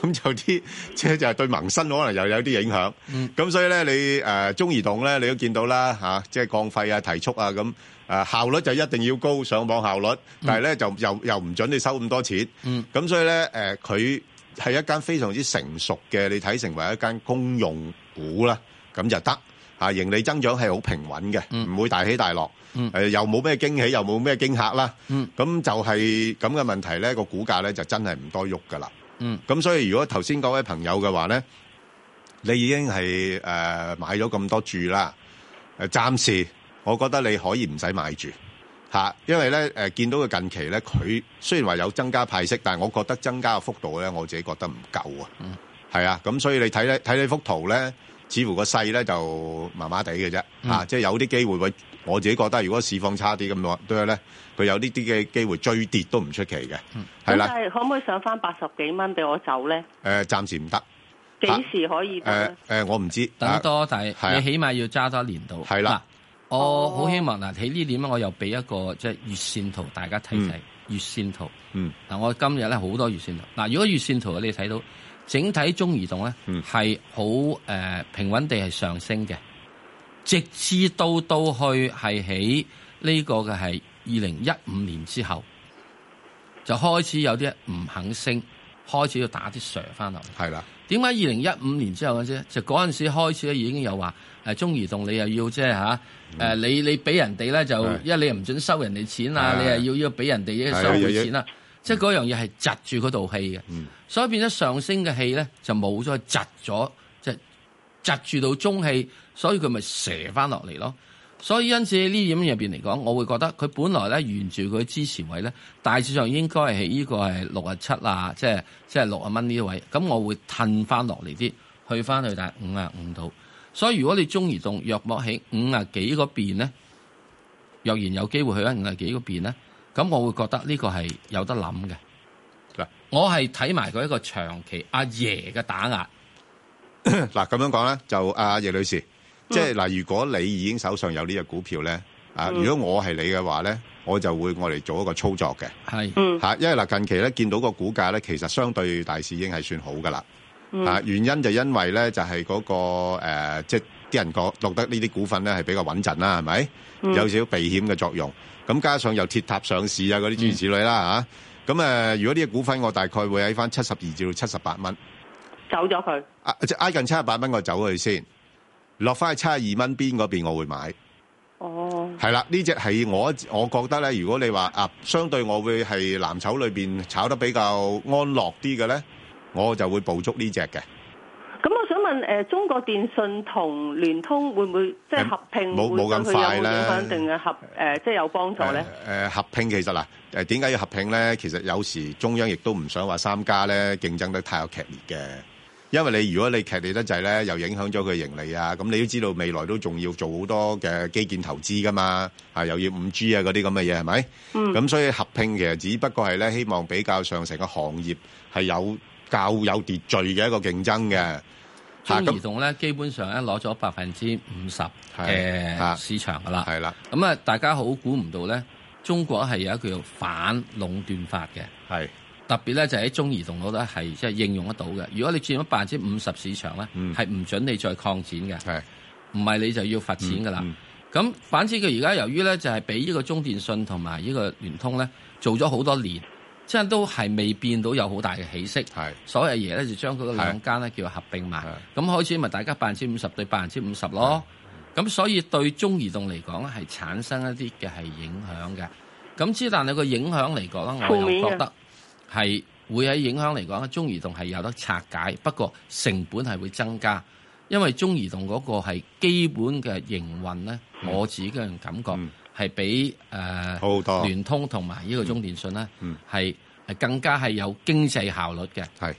Speaker 1: 咁有啲即係就係對民生可能又有啲影響。
Speaker 2: 嗯
Speaker 1: 咁所以咧，你誒、呃中移動咧，你都見到啦嚇、即係降費啊、提速啊咁。誒、效率就一定要高，上網效率，但係咧就又又唔準你收咁多錢。
Speaker 2: 嗯
Speaker 1: 咁所以咧誒，佢、係一間非常之成熟嘅，你睇成為一間公用股啦，咁就得。啊，盈利增長係好平穩嘅，唔、會大起大落。
Speaker 2: 嗯
Speaker 1: 誒、又冇咩驚喜，又冇咩驚嚇啦。
Speaker 2: 嗯
Speaker 1: 咁就係咁嘅問題咧，個股價咧就真係唔多喐噶啦。
Speaker 2: 嗯
Speaker 1: 咁所以如果頭先嗰位朋友嘅話咧，你已經係誒、呃、買咗咁多注啦，誒、暫時我覺得你可以唔使買住嚇、因為咧誒、呃、見到佢近期咧，佢雖然話有增加派息，但係我覺得增加嘅幅度咧，我自己覺得唔夠啊。係啊，咁所以你睇咧睇呢幅圖咧，似乎個勢咧就麻麻地嘅啫，
Speaker 2: 嗯
Speaker 1: 啊，即係有啲機會會，我自己覺得如果市況差啲咁多咧，佢有呢啲嘅機會追跌都唔出奇嘅，係
Speaker 12: 咁
Speaker 1: 啦
Speaker 12: 但，係可唔可以上翻八十幾蚊俾我走呢？
Speaker 1: 誒暫時唔得，
Speaker 12: 幾
Speaker 1: 啊
Speaker 12: 時可以得
Speaker 1: 誒
Speaker 12: 呢？
Speaker 1: 誒我唔知，啊
Speaker 2: 等多睇，
Speaker 1: 係啊
Speaker 2: 你起碼要揸多一年度。
Speaker 1: 係啦
Speaker 2: 嗱，我好希望嗱，喺呢點我又俾一個即係月線圖大家睇睇月線圖。
Speaker 1: 嗯，
Speaker 2: 嗱，我今日咧好多月線圖。嗱，如果月線圖你睇到整體中移動咧
Speaker 1: 嗯
Speaker 2: 係好誒平穩地係上升嘅，直至到到去係喺呢個嘅係二零一五年之後，就開始有啲唔肯升，開始要打啲 s 翻落嚟。
Speaker 1: 係啦。
Speaker 2: 點解二零一五年之後嘅啫？就嗰陣時開始咧，已經有話誒中移動你又要即係嚇誒你你俾人哋咧就
Speaker 1: 係
Speaker 2: 一你又唔准收人哋錢啊，
Speaker 1: 係
Speaker 2: 你又要要俾人哋
Speaker 1: 係啊
Speaker 2: 收
Speaker 1: 有嗯
Speaker 2: 佢
Speaker 1: 有
Speaker 2: 錢啦，即係嗰樣嘢係窒住嗰道氣嘅，所以變咗上升嘅氣咧就冇咗窒咗，即係窒住到中氣，所以佢咪射翻落嚟咯。所以因此呢點入邊嚟講，我會覺得佢本來咧沿住佢支持位咧，大致上應該係呢個係六啊七啊，即係即係六啊蚊呢啲位，咁我會褪翻落嚟啲，去翻去大五啊五度。所以如果你中移動若莫喺五啊幾嗰邊咧，若然有機會去翻五啊幾嗰邊咧，咁我會覺得呢個係有得諗嘅。
Speaker 1: 嗱，
Speaker 2: 我係睇埋佢一個長期阿爺嘅打壓。
Speaker 1: 嗱咁樣講咧，就呃阿葉女士，即係嗱，如果你已經手上有呢只股票咧，啊，
Speaker 2: 嗯
Speaker 1: 如果我係你嘅話咧，我就會我嚟做一個操作嘅，
Speaker 2: 係
Speaker 1: 嚇，因為嗱近期咧見到個股價咧，其實相對大市已經係算好噶啦，
Speaker 2: 嗯
Speaker 1: 啊，原因就因為咧就係嗰個誒，即係啲人覺覺得呢啲股份咧係比較穩陣啦，係咪？
Speaker 14: 嗯
Speaker 1: 有少少避險嘅作用，咁加上有鐵塔上市啊嗰啲諸如此類啦嚇，咁誒，如果呢只股份我大概會喺翻七十二至到七十八蚊。
Speaker 12: 走咗佢。
Speaker 1: 啊，即係挨近七十八蚊，我走佢先，落翻去七十二蚊邊嗰邊，我會買。
Speaker 12: 哦，
Speaker 1: 係啦，呢只係我我覺得咧，如果你話啊，相對我會係藍籌裏邊炒得比較安樂啲嘅咧，我就會捕捉呢只嘅。
Speaker 12: 咁我想問誒、呃中國電信同聯通會唔會即係合併？
Speaker 1: 嗯冇冇咁快
Speaker 12: 咧？有冇影
Speaker 1: 啦
Speaker 12: 響定係合誒、呃即係有幫助咧？
Speaker 1: 誒、呃合併其實嗱，誒點解要合併咧？其實有時中央亦都唔想話三家咧競爭得太過劇烈嘅，因為你如果你劇烈得滯咧，又影響咗佢盈利啊。咁你都知道未來都仲要做好多嘅基建投資噶嘛，啊又要五 G 啊嗰啲咁嘅嘢係咪？咁、
Speaker 15: 嗯
Speaker 1: 所以合併其實只不過係咧，希望比較上成個行業係有較有秩序嘅一個競爭嘅。嚇
Speaker 2: 中移動咧，基本上咧攞咗百分之五十
Speaker 1: 係啊
Speaker 2: 嘅市場噶啦。
Speaker 1: 係啦，
Speaker 2: 咁啊，大家好估唔到咧，中國係有一叫反壟斷法嘅。
Speaker 1: 係
Speaker 2: 特別咧，就喺中移動嗰度咧係即係應用得到嘅。如果你佔咗百分之五十市場咧，
Speaker 1: 嗯
Speaker 2: 係唔、准你再擴展嘅。
Speaker 1: 係
Speaker 2: 唔係你就要罰錢噶啦。咁、反之，佢而家由於咧就係俾呢個中電信同埋呢個聯通咧做咗好多年，即係都係未變到有好大嘅起色。
Speaker 1: 係
Speaker 2: 所謂爺咧就將佢嗰兩間咧叫合並埋，咁開始咪大家百分之五十對百分之五十咯。咁所以對中移動嚟講係產生一啲嘅係影響嘅。咁之但係個影響嚟講咧，我
Speaker 12: 負面
Speaker 2: 又
Speaker 12: 嘅
Speaker 2: 覺得。係會喺影響嚟講，中移動係有得拆解，不過成本係會增加，因為中移動嗰個係基本嘅營運咧，我自己個人感覺係比誒
Speaker 1: 好啊多
Speaker 2: 聯通同埋呢個中電信咧係係更加係有經濟效率嘅。
Speaker 1: 係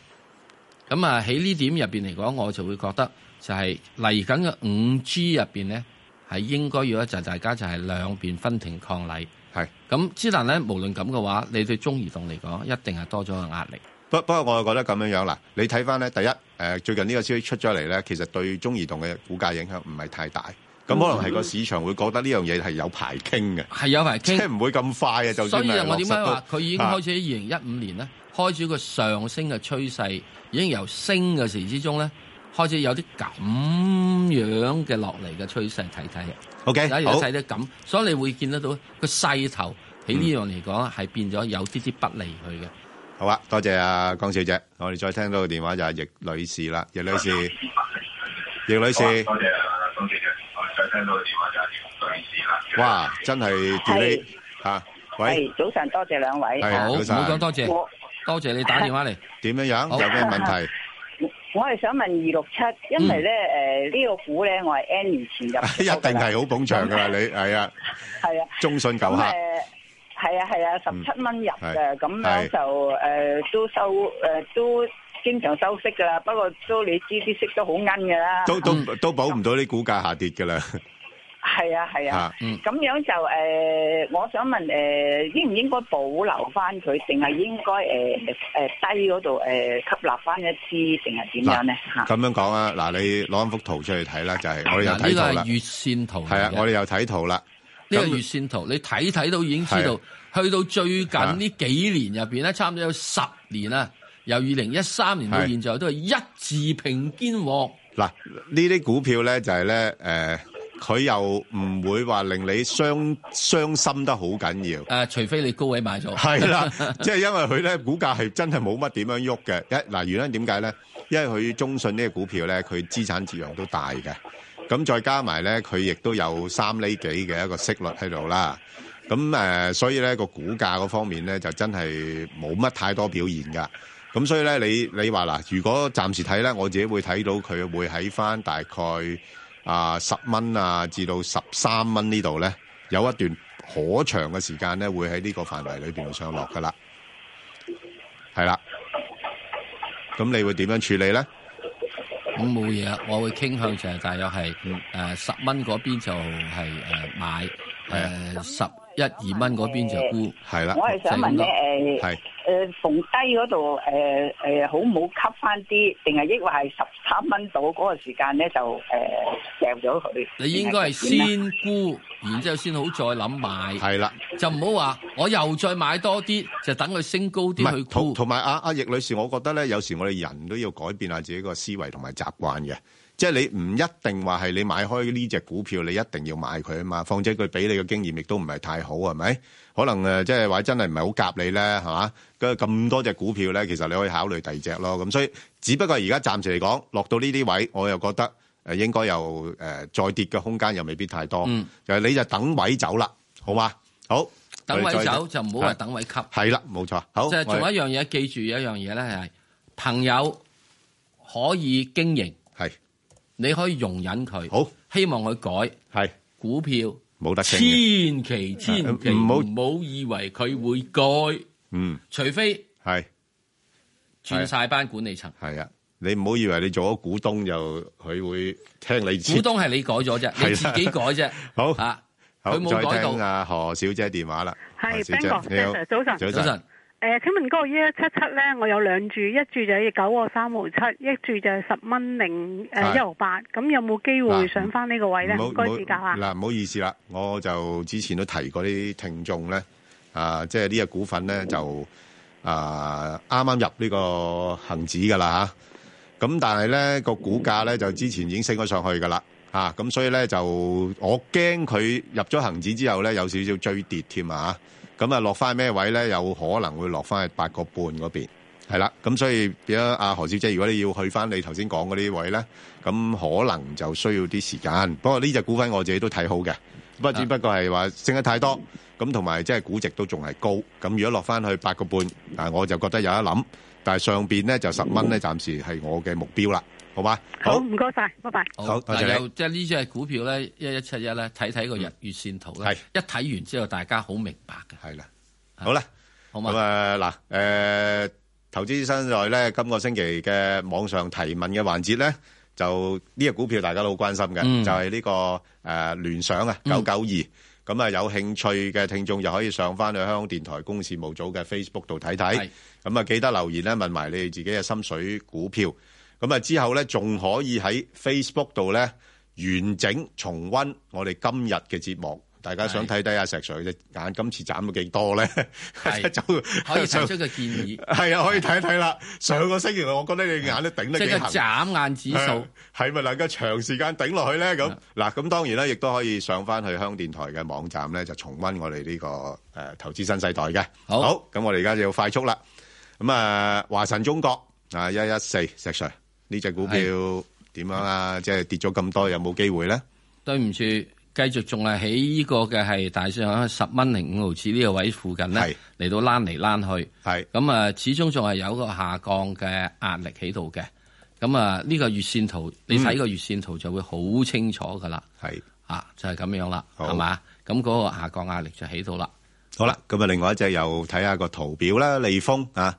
Speaker 2: 咁啊，喺呢點入邊嚟講，我就會覺得就係嚟緊嘅五 G 入邊咧，係應該要一就大家就係兩邊分庭抗禮。
Speaker 1: 係
Speaker 2: 咁之但咧，無論咁嘅話，你對中移動嚟講，一定係多咗個壓力。
Speaker 1: 不不過我又覺得咁樣樣啦，你睇翻咧，第一誒、呃最近呢個消息出咗嚟咧，其實對中移動嘅股價影響唔係太大，咁可能係個市場會覺得呢樣嘢係有排傾嘅，
Speaker 2: 係有排傾，
Speaker 1: 即係唔會咁快嘅，就
Speaker 2: 所
Speaker 1: 算
Speaker 2: 以
Speaker 1: 係
Speaker 2: 我
Speaker 1: 落
Speaker 2: 點
Speaker 1: 實
Speaker 2: 解
Speaker 1: 都
Speaker 2: 話佢已經開始喺二零一五年咧，開始個上升嘅趨勢，已經由升嘅時之中咧，開始有啲咁樣嘅落嚟嘅趨勢睇睇。
Speaker 1: OK，
Speaker 2: 而家
Speaker 1: 哎好
Speaker 2: 睇得咁，所以你會見得到個勢頭喺呢樣嚟講係變咗有啲啲不利佢嘅。
Speaker 1: 好啊，多謝啊，江小姐。我哋再聽到個電話就係易女士啦，易女士，易女士，哇，真係 delay 嚇，喂，
Speaker 11: 哎
Speaker 13: 系早晨，多謝兩位。
Speaker 1: 係啊
Speaker 2: 好，唔好講多謝
Speaker 13: 我
Speaker 2: 多謝你打電話嚟。
Speaker 1: 點樣樣？
Speaker 13: 好
Speaker 1: 有咩問題？
Speaker 13: 我係想問二六七，因為咧诶呢個股咧，我係 N 年前入
Speaker 1: 嗯 一定係好捧場㗎啦，你係啊，
Speaker 13: 係啊。
Speaker 1: 中信
Speaker 13: 咁
Speaker 1: 舊客
Speaker 13: 誒。係啊係啊，十
Speaker 1: 嗯
Speaker 13: 七蚊入
Speaker 1: 係
Speaker 13: 嘅，咁樣
Speaker 1: 係
Speaker 13: 就誒都收誒都經常收息㗎啦。不過都你知啲息都好奀㗎啦。
Speaker 1: 都都都保唔到啲股價下跌㗎啦。
Speaker 13: 係啊係啊
Speaker 1: 啊，嗯
Speaker 13: 咁樣就誒、呃我想問誒、呃，應唔應該保留翻佢，定係應該誒誒低嗰度誒吸納翻一支，定係點樣咧？嚇
Speaker 1: 嗱，咁樣講啊，嗱，你攞幅圖出嚟睇啦，就係我哋有
Speaker 2: 嗱呢
Speaker 1: 睇
Speaker 2: 個
Speaker 1: 圖啦
Speaker 2: 係，月線圖嚟嘅
Speaker 1: 係啊，我哋有睇圖啦。
Speaker 2: 呢個
Speaker 1: 咁啊
Speaker 2: 月線圖，你睇睇到已經知道，去到最近呢幾年入邊咧，差唔多有十年啦，由二零一三年到
Speaker 1: 係
Speaker 2: 現在都係一字平肩喎。
Speaker 1: 嗱，呢啲股票咧就係咧，誒、佢又唔會話令你傷傷心得好緊要。
Speaker 2: 誒、除非你高位買咗。
Speaker 1: 係啦，即係因為佢咧股價係真係冇乜點樣喐嘅。一嗱原因點解咧？因為佢中信呢個股票咧，佢資產折讓都大嘅，咁再加埋咧，佢亦都有三厘幾嘅一個息率喺度啦。咁誒、呃所以咧個股價嗰方面咧就真係冇乜太多表現㗎。咁所以咧，你你話嗱，如果暫時睇咧，我自己會睇到佢會喺翻大概啊十蚊啊至到十三蚊呢度咧，有一段可長嘅時間咧，會喺呢個範圍裏邊度上落噶啦，係啦。咁你會點樣處理咧？
Speaker 2: 咁冇嘢啦，我會傾向就係大約係
Speaker 1: 嗯
Speaker 2: 誒十蚊嗰邊就係誒買，
Speaker 1: 啊
Speaker 2: 誒十一二蚊嗰邊就沽。
Speaker 1: 係
Speaker 13: 我係想問咧誒誒逢低嗰度誒誒好唔好吸翻啲，定係抑或係十三蚊到嗰個時間咧就誒掉咗佢？
Speaker 2: 你應該係
Speaker 13: 定點呢
Speaker 2: 先沽，然之後先好再諗買。
Speaker 1: 係啦，
Speaker 2: 就唔好話我又再買多啲，就等佢升高
Speaker 1: 唔
Speaker 2: 啲去
Speaker 1: 係同同埋阿阿易女士，我覺得咧，有時我哋人都要改變下自己個思維同埋習慣嘅。即係你唔一定話係你買開呢只股票，你一定要買佢啊嘛。況且佢俾你嘅經驗亦都唔係太好，係咪？可能呃誒，即係話真係唔係好夾你咧，係嘛？咁咁多隻股票咧，其實你可以考慮第二隻咯。咁所以，只不過而家暫時嚟講，落到呢啲位，我又覺得誒應該又誒、呃再跌嘅空間又未必太多。
Speaker 2: 嗯
Speaker 1: 就係你就等位走啦，好嘛？好，
Speaker 2: 等位
Speaker 1: 我哋再
Speaker 2: 走就唔好話等位吸。
Speaker 1: 係啦，冇錯。好，
Speaker 2: 即係仲
Speaker 1: 我哋
Speaker 2: 有一樣嘢，記住有一樣嘢咧，係朋友可以經營，
Speaker 1: 係
Speaker 2: 你可以容忍佢，
Speaker 1: 好
Speaker 2: 希望佢
Speaker 1: 改，係
Speaker 2: 股票
Speaker 1: 冇得
Speaker 2: 千
Speaker 1: 傾
Speaker 2: 祈千祈
Speaker 1: 啊唔好
Speaker 2: 唔好以為佢會改，
Speaker 1: 嗯，
Speaker 2: 除非
Speaker 1: 係
Speaker 2: 轉晒班管理層，
Speaker 1: 係啊，你唔好以為你做咗股東就佢會聽你
Speaker 2: 股東係你改咗啫，你自己改 啫，
Speaker 1: 好
Speaker 2: 啊，
Speaker 1: 好
Speaker 2: 佢冇改
Speaker 1: 再
Speaker 2: 到
Speaker 1: 聽阿何小姐電話啦。
Speaker 14: 係
Speaker 1: 何啊小
Speaker 14: Ben
Speaker 1: 姐
Speaker 14: 哥
Speaker 1: 你好
Speaker 14: Ben Sir，早晨
Speaker 1: 早
Speaker 14: 早
Speaker 1: 晨
Speaker 14: 晨，誒，請問嗰個一一七七咧，我有兩注，一注就係九個三毫七，一注就係十蚊零
Speaker 1: 係
Speaker 14: 誒一毫八，咁有冇機
Speaker 1: 嗱
Speaker 14: 會上翻呢個位咧？
Speaker 1: 唔好
Speaker 14: 唔該
Speaker 1: 唔好
Speaker 14: 指教下。
Speaker 1: 嗱，唔好意思啦，我就之前都提過啲聽眾咧，啊，即係呢只股份咧就啊啱啱入呢個恒指噶啦嚇，咁但係咧個股價咧就之前已經升咗上去噶啦嚇，咁、所以咧就我驚佢入咗恒指之後咧有少少追跌添啊，咁啊落翻咩位咧有可能會落翻去八個半嗰邊。係啦，咁所以變咗阿何小姐，如果你要去翻你頭先講嗰啲位咧，咁可能就需要啲時間。不過呢只股份我自己都睇好嘅，不過只不過係話升得太多，咁同埋即係估值都仲係高。咁如果落翻去八個半，嗱我就覺得有得諗。但係上邊咧就十蚊咧，暫時係我嘅目標啦，好嘛？
Speaker 14: 好，唔該晒，拜拜。
Speaker 1: 好多謝
Speaker 2: 嗱，
Speaker 1: 你嗯
Speaker 2: 又即係呢只股票咧，一一七一咧，睇睇個日月線圖咧，一睇完之後大家好明白嘅。
Speaker 1: 係啦，好啦，
Speaker 2: 好嘛
Speaker 1: 咁啊嗱，誒投資新在咧，今個星期嘅網上提問嘅環節咧，就呢個股票大家都好關心嘅，
Speaker 15: 嗯
Speaker 1: 就係呢個誒聯想啊，九九二。咁啊，有興趣嘅聽眾就可以上翻去香港電台公事務組嘅 Facebook 度睇睇。咁啊，記得留言咧，問埋你哋自己嘅心水股票。咁啊，之後咧仲可以喺 Facebook 度咧完整重温我哋今日嘅節目。大家想睇睇阿石 Sir 隻眼今次斬咗幾多咧？ 就
Speaker 2: 可以提出個建 議。
Speaker 1: 係啊，可以睇睇啦。上個星期我覺得你眼都頂得
Speaker 2: 即
Speaker 1: 幾
Speaker 2: 係
Speaker 1: 痕
Speaker 2: 個眨眼指數。
Speaker 1: 係咪能夠長時間頂落去咧？咁嗱，咁當然啦，亦都可以上翻去香港電台嘅網站咧，就重温我哋呢、個誒、呃投資新世代嘅。
Speaker 2: 好
Speaker 1: 咁我哋而家就要快速啦。咁啊，華晨中國啊，一一四石 Sir 呢只股票點樣啊？即係跌咗咁多，有冇機會咧？
Speaker 2: 對唔住，繼續仲係喺呢個嘅係大致上十蚊零五毫子呢個位附近咧，嚟到躝嚟躝去。
Speaker 1: 係
Speaker 2: 咁啊，始終仲係有個下降嘅壓力喺度嘅。咁啊，呢個月線圖你睇個月線圖就會好清楚噶啦。
Speaker 1: 係
Speaker 2: 啊，就係咁樣啦，係嘛？咁嗰個下降壓力就喺度啦。
Speaker 1: 好啦，咁啊，另外一隻又睇下個圖表啦，利豐啊，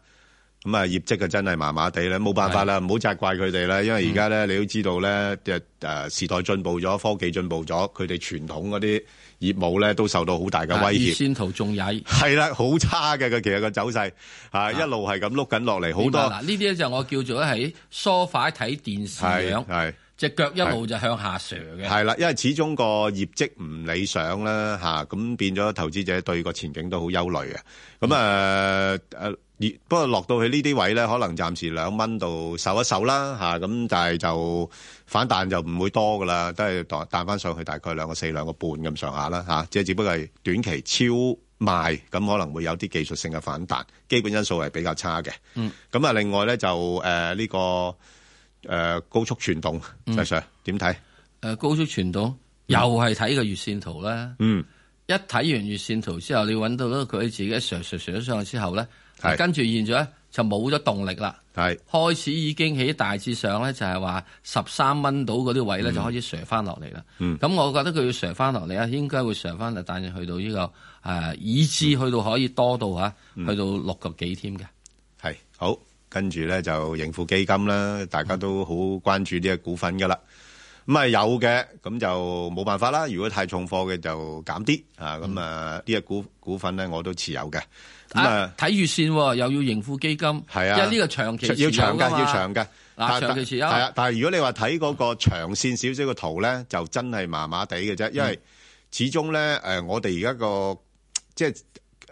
Speaker 1: 咁啊業績就真係麻麻地啦，冇辦法啦，唔好責怪佢哋啦，因為而家咧你都知道咧，即係誒時代進步咗，科技進步咗，佢哋傳統嗰啲業務咧都受到好大嘅威
Speaker 2: 月
Speaker 1: 脅。
Speaker 2: 線圖仲曳。
Speaker 1: 係啦，好差嘅佢其實個走勢啊，一路係咁碌緊落嚟，好多
Speaker 2: 嗱，呢啲咧就我叫做喺梳化睇電視樣，
Speaker 1: 係
Speaker 2: 隻腳一路就向下瀡嘅。
Speaker 1: 係啦，因為始終個業績唔理想啦，吓、咁變咗投資者對個前景都好憂慮嘅。
Speaker 2: 嗯
Speaker 1: 咁啊誒，而不過落到去呢啲位咧，可能暫時兩蚊度守一守啦，吓、咁但係就反彈就唔會多噶啦，都係彈彈翻上去大概兩個四兩個半咁上下啦，吓、即係只不過係短期超賣，咁可能會有啲技術性嘅反彈，基本因素係比較差嘅。
Speaker 2: 嗯，
Speaker 1: 咁啊，另外咧就呃誒呢、個誒、高速傳動，
Speaker 2: 嗯
Speaker 1: Sir 點睇？
Speaker 2: 誒高速傳導又係睇個月線圖啦。
Speaker 1: 嗯，
Speaker 2: 一睇完月線圖之後，你揾到咗佢自己上上上上去之後咧，
Speaker 1: 係
Speaker 2: 跟住現咗咧就冇咗動力啦。
Speaker 1: 係
Speaker 2: 開始已經喺大致上咧，就係話十三蚊到嗰啲位咧，就開始上翻落嚟啦。
Speaker 1: 嗯
Speaker 2: 咁我覺得佢要上翻落嚟啊，應該會上翻嚟，但係去到呢、個誒，以至
Speaker 1: 嗯
Speaker 2: 去到可以多到嚇，去到六個幾添嘅。
Speaker 1: 係好，跟住咧就盈富基金啦，大
Speaker 2: 嗯
Speaker 1: 家都好關注呢個股份噶啦。咁啊有嘅，咁就冇辦法啦。如果太重貨嘅就減啲啊。咁啊呢個股股份咧我都持有嘅。咁
Speaker 2: 嗯啊，睇月線喎，又要盈富基金，
Speaker 1: 係啊，
Speaker 2: 因為呢個長期持有
Speaker 1: 要長
Speaker 2: 㗎嘛
Speaker 1: 要長嘅。
Speaker 2: 嗱，
Speaker 1: 但
Speaker 2: 長期持有
Speaker 1: 但係啊，但係如果你話睇嗰個長線少少嘅圖咧，就真係麻麻地嘅啫，因
Speaker 2: 嗯
Speaker 1: 為始終咧誒，我哋而家個即係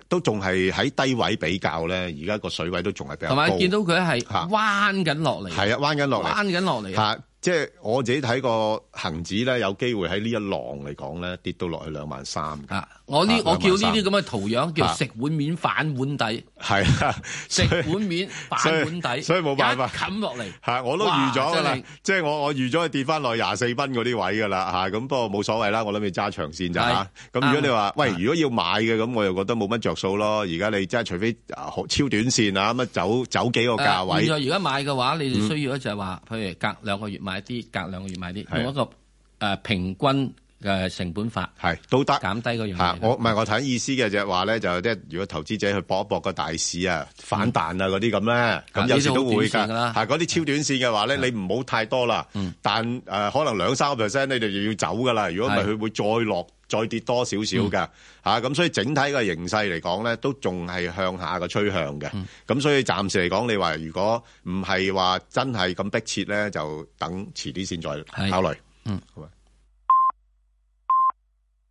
Speaker 1: 都仲係喺低位比較咧，而家個水位都仲係比較
Speaker 2: 同埋
Speaker 1: 高
Speaker 2: 見到佢係彎緊落嚟，
Speaker 1: 係啊，彎緊落嚟，
Speaker 2: 彎緊落嚟啊
Speaker 1: 嚇，即係我自己睇個恒指咧，有機會喺呢一浪嚟講咧，跌到落去兩萬三。
Speaker 2: 啊，我呢我叫呢啲咁
Speaker 1: 嘅
Speaker 2: 嘅圖樣叫食碗面反碗底，
Speaker 1: 係啊，
Speaker 2: 食碗面反碗底，
Speaker 1: 所以冇辦法
Speaker 2: 一冚落嚟。
Speaker 1: 嚇，我都預咗㗎
Speaker 2: 哇
Speaker 1: 啦
Speaker 2: 真係，
Speaker 1: 即係我我預咗佢跌翻落廿四蚊嗰啲位㗎啦嚇，咁不過冇所謂啦，我諗你揸長線咋嚇。咁
Speaker 2: 係
Speaker 1: 如果你話
Speaker 2: 啱
Speaker 1: 喂，如果要買嘅咁，我又覺得冇乜着數咯。而家你真係除非啊好超短線啊，咁啊走走幾個價
Speaker 2: 誒現在
Speaker 1: 位嗯
Speaker 2: 而家買嘅話，你哋需要咧就係話，譬如隔兩個月買啲，隔兩個月買啲，
Speaker 1: 係
Speaker 2: 用一個誒平均嘅成本法，
Speaker 1: 係都得
Speaker 2: 減低嗰樣
Speaker 1: 嚇
Speaker 2: 嘢。。
Speaker 1: 我唔係我睇意思嘅就係話咧，就即係如果投資者去搏一搏個大市啊反彈啊嗰啲咁咧，咁
Speaker 2: 呢
Speaker 1: 有時
Speaker 2: 啲好
Speaker 1: 都會
Speaker 2: 短
Speaker 1: 㗎
Speaker 2: 線㗎啦嗯
Speaker 1: 嚇。嗰啲超短線嘅話咧，你唔好太多啦。但誒可能兩三個 percent 你哋就要走㗎啦。如果唔係，
Speaker 2: 係嗯
Speaker 1: 佢會再落再跌多少少㗎嚇。咁所以整體嘅形勢嚟講咧，都仲係向下嘅趨向嘅。
Speaker 2: 嗯
Speaker 1: 咁所以暫時嚟講，你話如果唔係話真係咁迫切咧，就等遲啲先再考慮。
Speaker 2: 嗯，
Speaker 1: 好啊